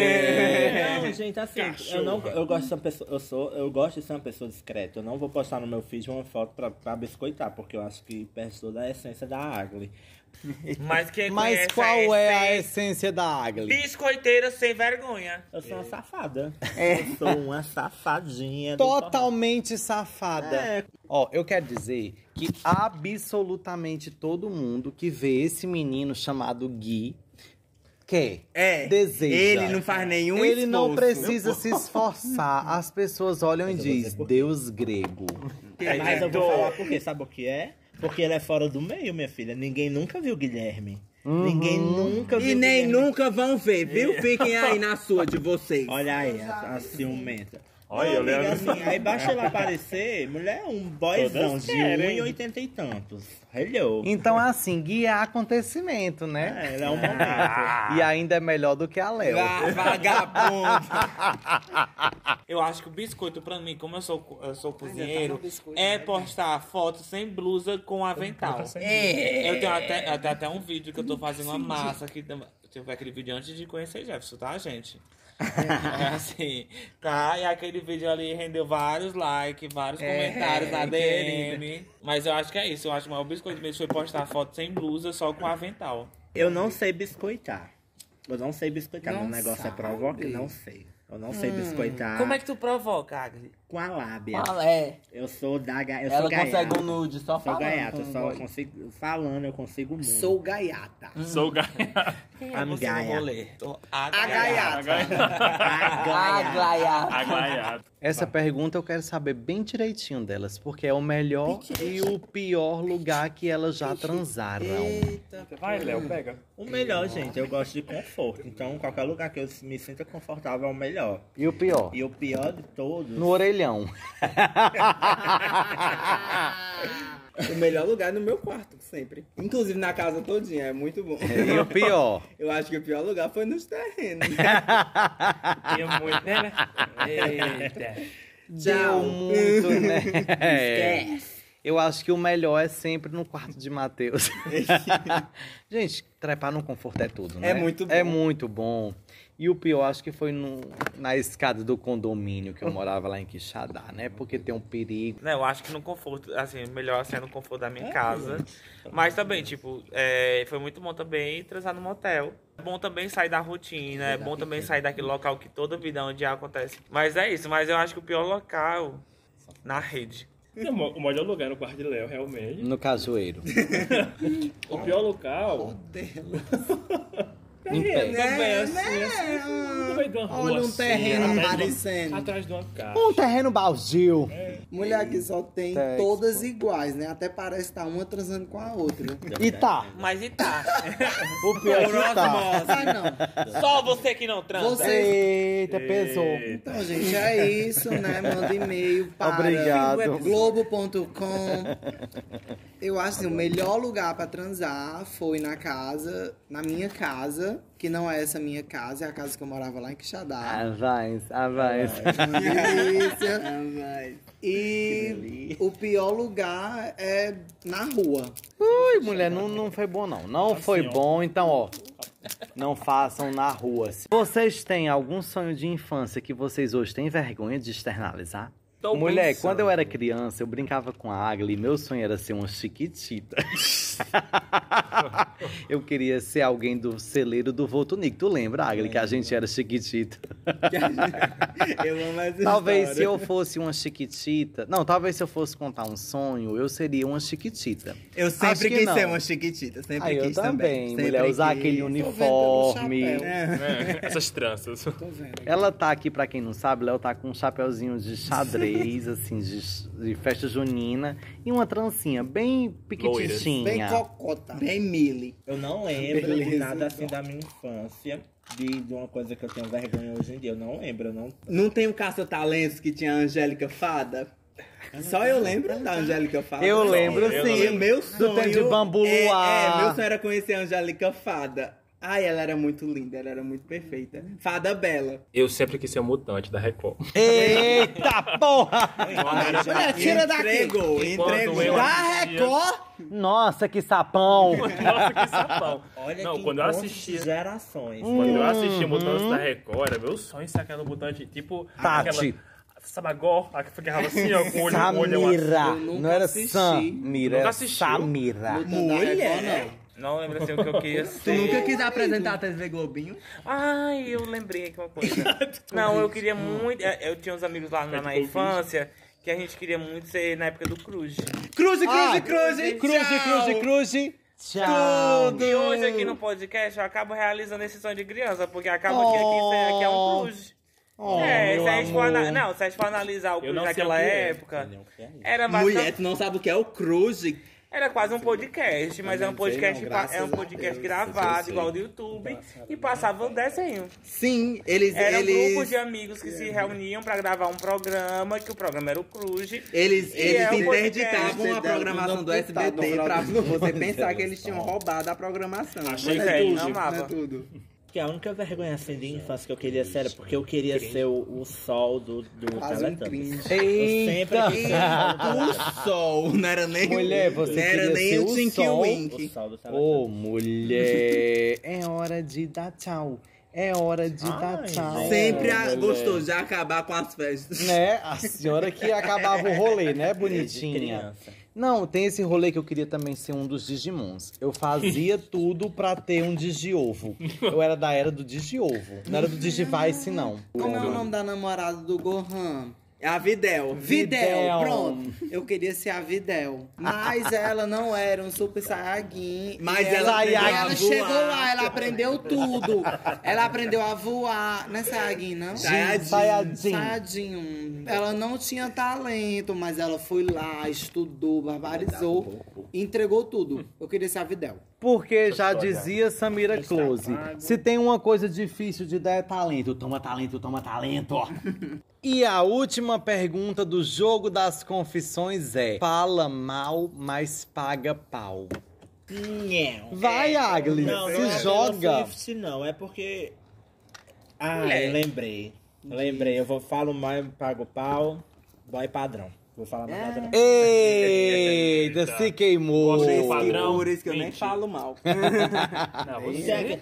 Speaker 5: É, Não, gente, assim,
Speaker 8: Cachorro.
Speaker 5: eu não, eu gosto de ser uma pessoa, eu sou, eu gosto de ser uma pessoa discreta. Eu não vou postar no meu feed uma foto pra, pra biscoitar, porque eu acho que perde toda a essência da Agli.
Speaker 9: Mas quem
Speaker 6: Mas
Speaker 9: conhece
Speaker 6: qual é a
Speaker 9: esse-
Speaker 6: essência da Agli?
Speaker 9: Biscoiteira sem vergonha.
Speaker 5: Eu sou uma safada.
Speaker 10: É.
Speaker 5: Eu sou uma safadinha. do
Speaker 6: Totalmente safada.
Speaker 5: forró. É,
Speaker 6: Ó, eu quero dizer que absolutamente todo mundo que vê esse menino chamado Gui quer,
Speaker 3: É.
Speaker 6: deseja.
Speaker 3: Ele não faz nenhum
Speaker 6: Ele não
Speaker 3: esforço.
Speaker 6: precisa se esforçar. As pessoas olham e
Speaker 5: Mas eu vou dizer
Speaker 6: dizem,
Speaker 5: por quê.
Speaker 6: Deus grego.
Speaker 5: mas eu vou falar por quê, sabe o que é? Porque ele é fora do meio, minha filha. Ninguém nunca viu o Guilherme.
Speaker 10: Uhum.
Speaker 5: Ninguém nunca viu
Speaker 3: E
Speaker 5: o
Speaker 3: nem
Speaker 5: Guilherme.
Speaker 11: É.
Speaker 3: nunca vão ver, viu? Fiquem aí na sua de vocês.
Speaker 5: Olha aí, a, a ciumenta.
Speaker 10: Olha, eu
Speaker 5: Amiga,
Speaker 10: lembro.
Speaker 5: assim, aí baixa ela aparecer, mulher é um boyzão
Speaker 10: Todas
Speaker 5: de
Speaker 10: querem.
Speaker 5: 1,80 e tantos. Hello.
Speaker 6: Então, assim, guia é acontecimento, né?
Speaker 5: É, ela é um momento.
Speaker 6: E ainda é melhor do que a Léo.
Speaker 4: Vá, Ah, vagabundo. eu acho que o biscoito, pra mim, como eu sou, co- eu sou cozinheiro, é postar foto sem blusa com avental. Eu tenho até, eu tenho até um vídeo que eu tô fazendo uma massa aqui. Teve aquele vídeo antes de conhecer Jefferson, tá, gente? É assim, tá? E aquele vídeo ali rendeu vários likes, vários comentários na DM. Mas eu acho que é isso. Eu acho que o maior biscoito mesmo foi postar foto sem blusa, só com avental.
Speaker 5: Eu não sei biscoitar. Eu não sei biscoitar.
Speaker 7: Não
Speaker 5: Meu negócio é
Speaker 7: sabe?
Speaker 5: provoca? Não sei. Eu não sei biscoitar
Speaker 11: Como é que tu provoca, Agri?
Speaker 5: com a lábia.
Speaker 11: Qual é?
Speaker 5: Eu sou da ga... eu
Speaker 11: Ela
Speaker 5: sou gaiata.
Speaker 11: consegue um nude só
Speaker 5: Sou
Speaker 11: falando.
Speaker 5: gaiata,
Speaker 11: com
Speaker 5: eu
Speaker 11: o
Speaker 5: só
Speaker 11: boy.
Speaker 5: consigo falando, eu consigo muito.
Speaker 7: Sou gaiata.
Speaker 10: Sou gaiato.
Speaker 4: Quem você?
Speaker 5: I'm
Speaker 4: Não
Speaker 5: Gaia.
Speaker 4: vou ler. Tô
Speaker 7: A gaiata.
Speaker 5: a
Speaker 11: Ah,
Speaker 5: gaiata.
Speaker 11: Glaiá.
Speaker 10: Agaiato.
Speaker 6: Essa pergunta eu quero saber bem direitinho delas, porque é o melhor e o pior lugar que elas já transaram.
Speaker 10: Vai, Léo, pega.
Speaker 5: O melhor, gente, eu gosto de conforto. Então, qualquer lugar que eu me sinta confortável é o melhor.
Speaker 6: E o pior?
Speaker 5: E o pior de todos,
Speaker 6: No orelhão.
Speaker 3: O melhor lugar é no meu quarto, sempre. Inclusive na casa todinha, é muito bom.
Speaker 6: E o pior?
Speaker 3: Eu acho que o pior lugar foi nos terrenos.
Speaker 8: Tinha muito, né, né? Eita.
Speaker 6: Deu muito, né? É. Eu acho que o melhor é sempre no quarto de Matheus. Gente, trepar no conforto é tudo, né?
Speaker 3: É muito bom.
Speaker 6: É muito bom. E o pior, acho que foi no- na escada do condomínio que eu morava lá em Quixadá, né? Porque tem um perigo.
Speaker 4: Não, eu acho que no conforto, assim, melhor ser no conforto da minha casa. Mas também, tipo, é, foi muito bom também transar no motel. É bom também sair da rotina, é bom também sair daquele local que toda vida é onde acontece. Mas é isso, mas eu acho que o pior local na rede.
Speaker 8: Não, O melhor lugar no quarto de Léo, realmente.
Speaker 6: No cajueiro.
Speaker 8: O pior
Speaker 6: em
Speaker 8: local.
Speaker 6: pé.
Speaker 3: né?
Speaker 8: No meio de uma rua
Speaker 2: Olha um
Speaker 8: assim,
Speaker 2: terreno
Speaker 8: atrás de uma-
Speaker 2: aparecendo.
Speaker 8: Atrás de uma casa.
Speaker 6: Um terreno baldio.
Speaker 2: Mulher que só tem
Speaker 6: Tá,
Speaker 2: todas iguais, né? Até parece estar uma transando com a outra.
Speaker 6: E tá.
Speaker 4: Mas e tá?
Speaker 6: O pior é que tá.
Speaker 2: Ah, não.
Speaker 4: Só você que não transa.
Speaker 2: Vocês
Speaker 6: Eita, pesou.
Speaker 2: Então, gente, é isso, né? Manda e-mail para
Speaker 6: Obrigado.
Speaker 2: globo.com. Eu acho que o melhor lugar para transar foi na casa, na minha casa, que não é essa minha casa, é a casa que eu morava lá em Quixadá.
Speaker 6: Avance, avance.
Speaker 2: Uma delícia. E o pior lugar é na rua.
Speaker 6: Ui, mulher, não, não foi bom, não. Não foi bom, então, ó. Não façam na rua. assim. Vocês têm algum sonho de infância que vocês hoje têm vergonha de externalizar?
Speaker 4: Tô
Speaker 6: Mulher,
Speaker 4: pensando.
Speaker 6: quando eu era criança, eu brincava com a Agla e meu sonho era ser uma chiquitita. eu queria ser alguém do celeiro do Voltunic. Tu lembra, Agli, que a gente era chiquitita?
Speaker 3: Eu amo essa
Speaker 6: Talvez se
Speaker 3: história.
Speaker 6: eu fosse uma chiquitita... Não, talvez se eu fosse contar um sonho, eu seria uma chiquitita.
Speaker 3: Eu
Speaker 6: Acho
Speaker 3: sempre
Speaker 6: que
Speaker 3: quis
Speaker 6: não.
Speaker 3: ser uma chiquitita, sempre
Speaker 6: Ah, eu
Speaker 3: quis também.
Speaker 6: também,
Speaker 3: Sempre
Speaker 6: mulher, usar
Speaker 3: quis.
Speaker 6: aquele
Speaker 2: Tô vendo
Speaker 6: uniforme.
Speaker 2: pelo
Speaker 3: É.
Speaker 10: É, essas tranças.
Speaker 6: Ela tá aqui, pra quem não sabe, Léo tá com um chapeuzinho de xadrez, assim, de, de festa junina, e uma trancinha bem pequitinha.
Speaker 2: Bem cocota.
Speaker 3: Bem mili.
Speaker 5: Eu não lembro de
Speaker 3: Beleza,
Speaker 5: nada assim da minha infância, de, de uma coisa que eu tenho vergonha hoje em dia. Eu não lembro, eu não.
Speaker 3: Não tem o caça-talentos que tinha a Angélica Fada? Só eu lembro da Angélica Fada.
Speaker 6: Eu lembro,
Speaker 3: E
Speaker 6: sim.
Speaker 3: meu sonho.
Speaker 6: tempo de Bambu
Speaker 3: é,
Speaker 6: Luar.
Speaker 3: é, meu sonho era conhecer a Angélica Fada. Ai, ela era muito linda, ela era muito perfeita. Fada Bela.
Speaker 10: Eu sempre quis ser um mutante da Record.
Speaker 6: Eita porra!
Speaker 2: Mulher, tira daqui.
Speaker 3: Entregou, entregou.
Speaker 10: eu
Speaker 3: Ah,
Speaker 2: Da
Speaker 10: assistia-
Speaker 2: Record,
Speaker 6: Nossa, que sapão!
Speaker 10: Nossa, que sapão.
Speaker 5: Olha
Speaker 10: Não,
Speaker 5: que
Speaker 10: quando eu
Speaker 5: encontro
Speaker 10: assistia-
Speaker 5: de gerações.
Speaker 8: Um
Speaker 10: Quando eu assisti Mutantes da Record, era meu sonho ser aquela mutante, tipo...
Speaker 6: Tati.
Speaker 10: Aquela... Samagó, a que ficava assim, ó, com o olho, com o olho...
Speaker 6: Samira!
Speaker 2: nunca
Speaker 6: Não era
Speaker 2: assisti.
Speaker 6: Samira,
Speaker 10: Nunca
Speaker 6: era
Speaker 10: assisti.
Speaker 6: Samira.
Speaker 3: mulher.
Speaker 4: Não lembro assim o que eu queria
Speaker 3: Tu
Speaker 4: ser.
Speaker 3: nunca quis apresentar a TV Globinho?
Speaker 4: Ai, eu lembrei aqui uma coisa. Não, eu queria muito. Eu eu tinha uns amigos lá na, na infância que a gente queria muito ser na época do Cruz.
Speaker 3: Cruze, cruze,
Speaker 6: Ah,
Speaker 3: cruze!
Speaker 6: Cruze, cruze, cruze! Tchau!
Speaker 4: E hoje aqui no podcast eu acabo realizando esse sonho de criança, porque acaba que aqui, isso aqui é um cruz. é, se a gente for ana- Não, se a gente for analisar o cruz
Speaker 10: não sei
Speaker 4: daquela
Speaker 10: o que é.
Speaker 4: época, era
Speaker 3: Mulher,
Speaker 4: bastante.
Speaker 3: tu não sabe o que é o cruze?
Speaker 4: Era quase um podcast, mas é um podcast,
Speaker 6: não,
Speaker 4: pa-
Speaker 6: graças
Speaker 4: é um
Speaker 6: a
Speaker 4: podcast
Speaker 6: Deus, eu
Speaker 4: gravado,
Speaker 6: sei.
Speaker 4: igual do YouTube, e passava um desenho.
Speaker 6: Sim, eles.
Speaker 4: Era um
Speaker 6: eles...
Speaker 4: grupo de amigos que se reuniam pra gravar um programa, que o programa era o Cruz.
Speaker 3: Eles, eles
Speaker 4: E é um podcast.
Speaker 3: interditavam a programação do SBT pra você pensar que eles tinham roubado a programação.
Speaker 8: Achei
Speaker 4: Pois é,
Speaker 8: que
Speaker 4: não
Speaker 8: tudo.
Speaker 3: Não é
Speaker 4: amava.
Speaker 3: tudo.
Speaker 5: Que a única vergonha assim de infância que eu queria ser era porque eu queria ser o, o sol do, do
Speaker 2: Faz um
Speaker 5: Teletubbies.
Speaker 2: cringe.
Speaker 5: Eita.
Speaker 6: Eita!
Speaker 3: O é sol, não era nem
Speaker 6: Mulher, você
Speaker 3: não era
Speaker 6: queria
Speaker 3: nem
Speaker 6: ser
Speaker 3: o
Speaker 6: o
Speaker 3: Tinky
Speaker 6: sol,
Speaker 5: O
Speaker 3: Wink.
Speaker 5: sol do Teletubbies.
Speaker 6: Ô, mulher, Tá é hora de dar tchau. É hora de dar
Speaker 5: Ai,
Speaker 6: tchau.
Speaker 5: gente.
Speaker 3: Sempre a-
Speaker 6: mulher.
Speaker 3: gostou de acabar com as festas.
Speaker 6: Né? A senhora que acabava o rolê, né, bonitinha?
Speaker 5: criança.
Speaker 6: Não, tem esse rolê que eu queria também ser um dos Digimons. Eu fazia tudo pra ter um Digiovo. Eu era da era do Digiovo. Não era do Digivice, não.
Speaker 7: Como é o nome da namorada do Gohan?
Speaker 3: É a Videl.
Speaker 7: Videl,
Speaker 6: Videl.
Speaker 7: pronto. Eu queria ser a Videl. Mas ela não era um super saiyajin.
Speaker 3: Mas
Speaker 7: E
Speaker 3: ela
Speaker 7: e
Speaker 3: aprendeu
Speaker 7: ela
Speaker 3: a
Speaker 7: chegou
Speaker 3: voar.
Speaker 7: lá, ela aprendeu tudo. Ela aprendeu a voar. Não é saiyajin, não?
Speaker 3: Sayajin.
Speaker 6: Sayajin.
Speaker 7: Tadinho. Ela não tinha talento, mas ela foi lá, estudou, barbarizou, entregou tudo. Eu queria ser a Videl.
Speaker 6: Porque já dizia Samira Close: se tem uma coisa difícil de dar é talento. Toma talento, toma talento. e a última pergunta do jogo das confissões é: fala mal, mas paga pau.
Speaker 5: Não.
Speaker 6: Vai, Agli,
Speaker 5: Não,
Speaker 6: se
Speaker 5: não é
Speaker 6: joga.
Speaker 5: Taylor Swift, não, é porque. Ah, eu lembrei. Lembrei, eu vou falo mais, pago pau, boy padrão. Vou falar
Speaker 6: É.
Speaker 5: mais padrão.
Speaker 6: Eita, se queimou.
Speaker 8: Gostei,
Speaker 3: Padrão,
Speaker 8: Padrão,
Speaker 3: por isso que eu nem
Speaker 8: mentira.
Speaker 3: falo mal.
Speaker 8: Não,
Speaker 5: Não
Speaker 8: você
Speaker 5: tem aque-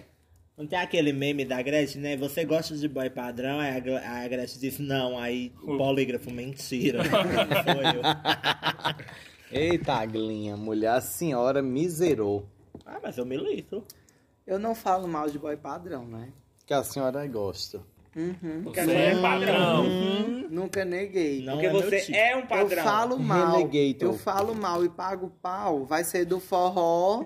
Speaker 5: Não tem aquele meme da Gretchen, né? Você gosta de boy padrão? Aí a, Gle- a Gretchen diz não, aí o polígrafo, mentira. Foi eu.
Speaker 6: Eita, Aglinha, mulher, a senhora miserou.
Speaker 5: Ah, mas eu milito.
Speaker 2: Eu não falo mal de boy padrão, né?
Speaker 6: Que a senhora gosta.
Speaker 7: Uhum.
Speaker 8: é padrão.
Speaker 2: Nunca neguei.
Speaker 5: Não
Speaker 4: Porque
Speaker 5: é meu
Speaker 4: você
Speaker 5: tipo.
Speaker 4: é um
Speaker 2: Eu
Speaker 4: padrão.
Speaker 2: falo mal.
Speaker 6: Relegator.
Speaker 2: Eu falo mal e pago pau. Vai ser do forró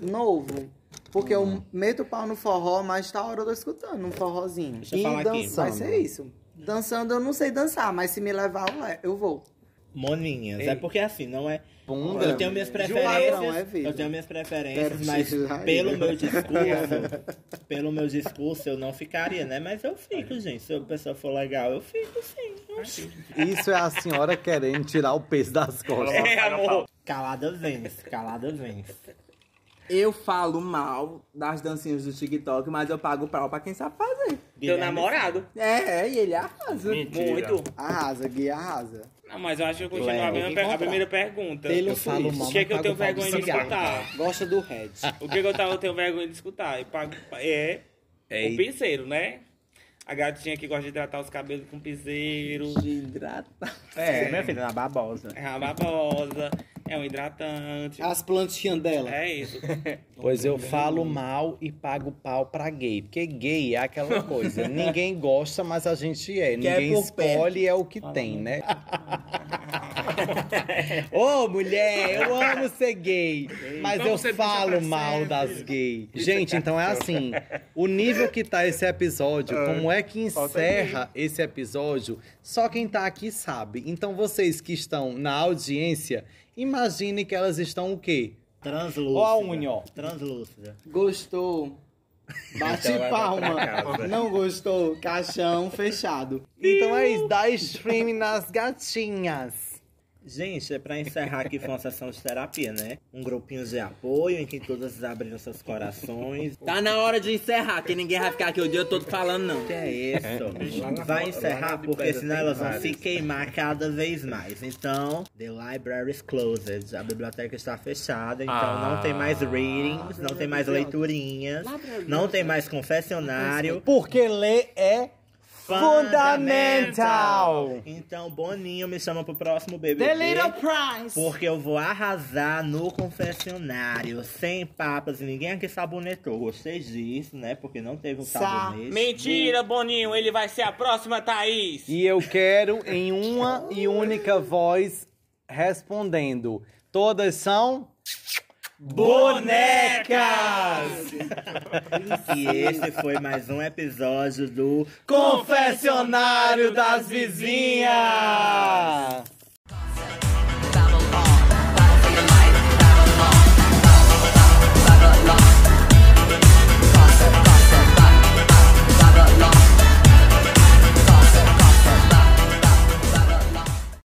Speaker 2: novo. Porque eu meto o pau no forró, mas tá a hora eu tô escutando um forrozinho.
Speaker 5: Deixa eu falar
Speaker 6: E
Speaker 5: aqui.
Speaker 6: dançar.
Speaker 2: Vai ser isso. Dançando eu não sei dançar, mas se me levar, eu le- eu vou.
Speaker 5: Moninhas. É porque assim, não é.
Speaker 6: Bunda.
Speaker 5: Eu tenho minhas
Speaker 2: João é
Speaker 5: preferências.
Speaker 2: vida.
Speaker 5: eu tenho minhas
Speaker 2: Quero
Speaker 5: preferências, mas
Speaker 2: xixi na
Speaker 5: pelo
Speaker 2: vida.
Speaker 5: meu discurso, pelo meu discurso eu não ficaria, né? Mas eu fico, gente. Se a pessoa for legal, eu fico sim. Oxi.
Speaker 6: Isso é a senhora querendo tirar o peso das costas.
Speaker 4: É, amor.
Speaker 5: Calada vence, calada vence.
Speaker 3: Eu falo mal das dancinhas do TikTok, mas eu pago pau pra quem sabe fazer.
Speaker 4: Teu
Speaker 5: Guilherme-
Speaker 4: namorado.
Speaker 3: É, é, e ele arrasa.
Speaker 8: Mentira.
Speaker 4: Muito.
Speaker 2: Arrasa, Gui, arrasa.
Speaker 4: Não, mas eu acho que eu continuo a,
Speaker 5: Léo.
Speaker 4: mesma per- a primeira pergunta.
Speaker 6: Eu falo mal,
Speaker 4: O que é que eu
Speaker 6: mas
Speaker 4: tenho
Speaker 6: pago pau de
Speaker 4: vergonha de
Speaker 6: cigarro.
Speaker 4: escutar?
Speaker 7: Gosta do Red.
Speaker 4: O que é que eu tava- eu tenho vergonha de escutar? Eu pago, é o piseiro, né? A gatinha que gosta de hidratar os cabelos com piseiro.
Speaker 5: É, minha filha, na babosa.
Speaker 4: É uma babosa. É um hidratante.
Speaker 7: As plantinhas dela.
Speaker 4: É isso.
Speaker 6: Pois eu falo mal e pago pau pra gay. Porque gay é aquela coisa. ninguém gosta, mas a gente é. Ninguém
Speaker 3: por
Speaker 6: escolhe, é o que tem, né? Ô, mulher, eu amo ser gay. Mas
Speaker 10: Vamos
Speaker 6: eu
Speaker 10: ser bicha
Speaker 6: falo
Speaker 10: pra
Speaker 6: mal das gays. Gente, então é assim. O nível que tá esse episódio, como é que encerra esse episódio, só quem tá aqui sabe. Então vocês que estão na audiência, imaginem que elas estão o quê?
Speaker 5: Translúcida.
Speaker 6: Ó a unha, ó.
Speaker 5: Translúcida.
Speaker 7: Gostou?
Speaker 5: Então
Speaker 7: Bate palma. Não gostou? Caixão fechado.
Speaker 6: Então é isso, dá stream nas gatinhas.
Speaker 5: Gente, é pra encerrar aqui foi uma sessão de terapia, né? Um grupinho de apoio em que todas abriram seus corações.
Speaker 3: Tá na hora de encerrar, que ninguém vai ficar aqui o dia todo falando, não.
Speaker 5: Que é isso? Vai encerrar porque senão elas vão se queimar cada vez mais. Então, the library is closed. A biblioteca está fechada, então não tem mais readings, não tem mais leiturinhas, não tem mais confessionário.
Speaker 6: Porque ler é fundamental.
Speaker 5: Então, Boninho me chama pro próximo BBB.
Speaker 6: É
Speaker 7: The Little Prize.
Speaker 5: Porque eu vou arrasar no confessionário, sem papas, e ninguém aqui sabonetou. Gostei disso, né? Porque não teve um
Speaker 7: Sa-
Speaker 5: sabonete.
Speaker 4: Mentira, Boninho. Ele vai ser a próxima Thaís.
Speaker 6: E eu quero em uma e única voz respondendo. Todas são bonecas.
Speaker 5: E esse foi mais um episódio do
Speaker 6: Confessionário das vizinhas.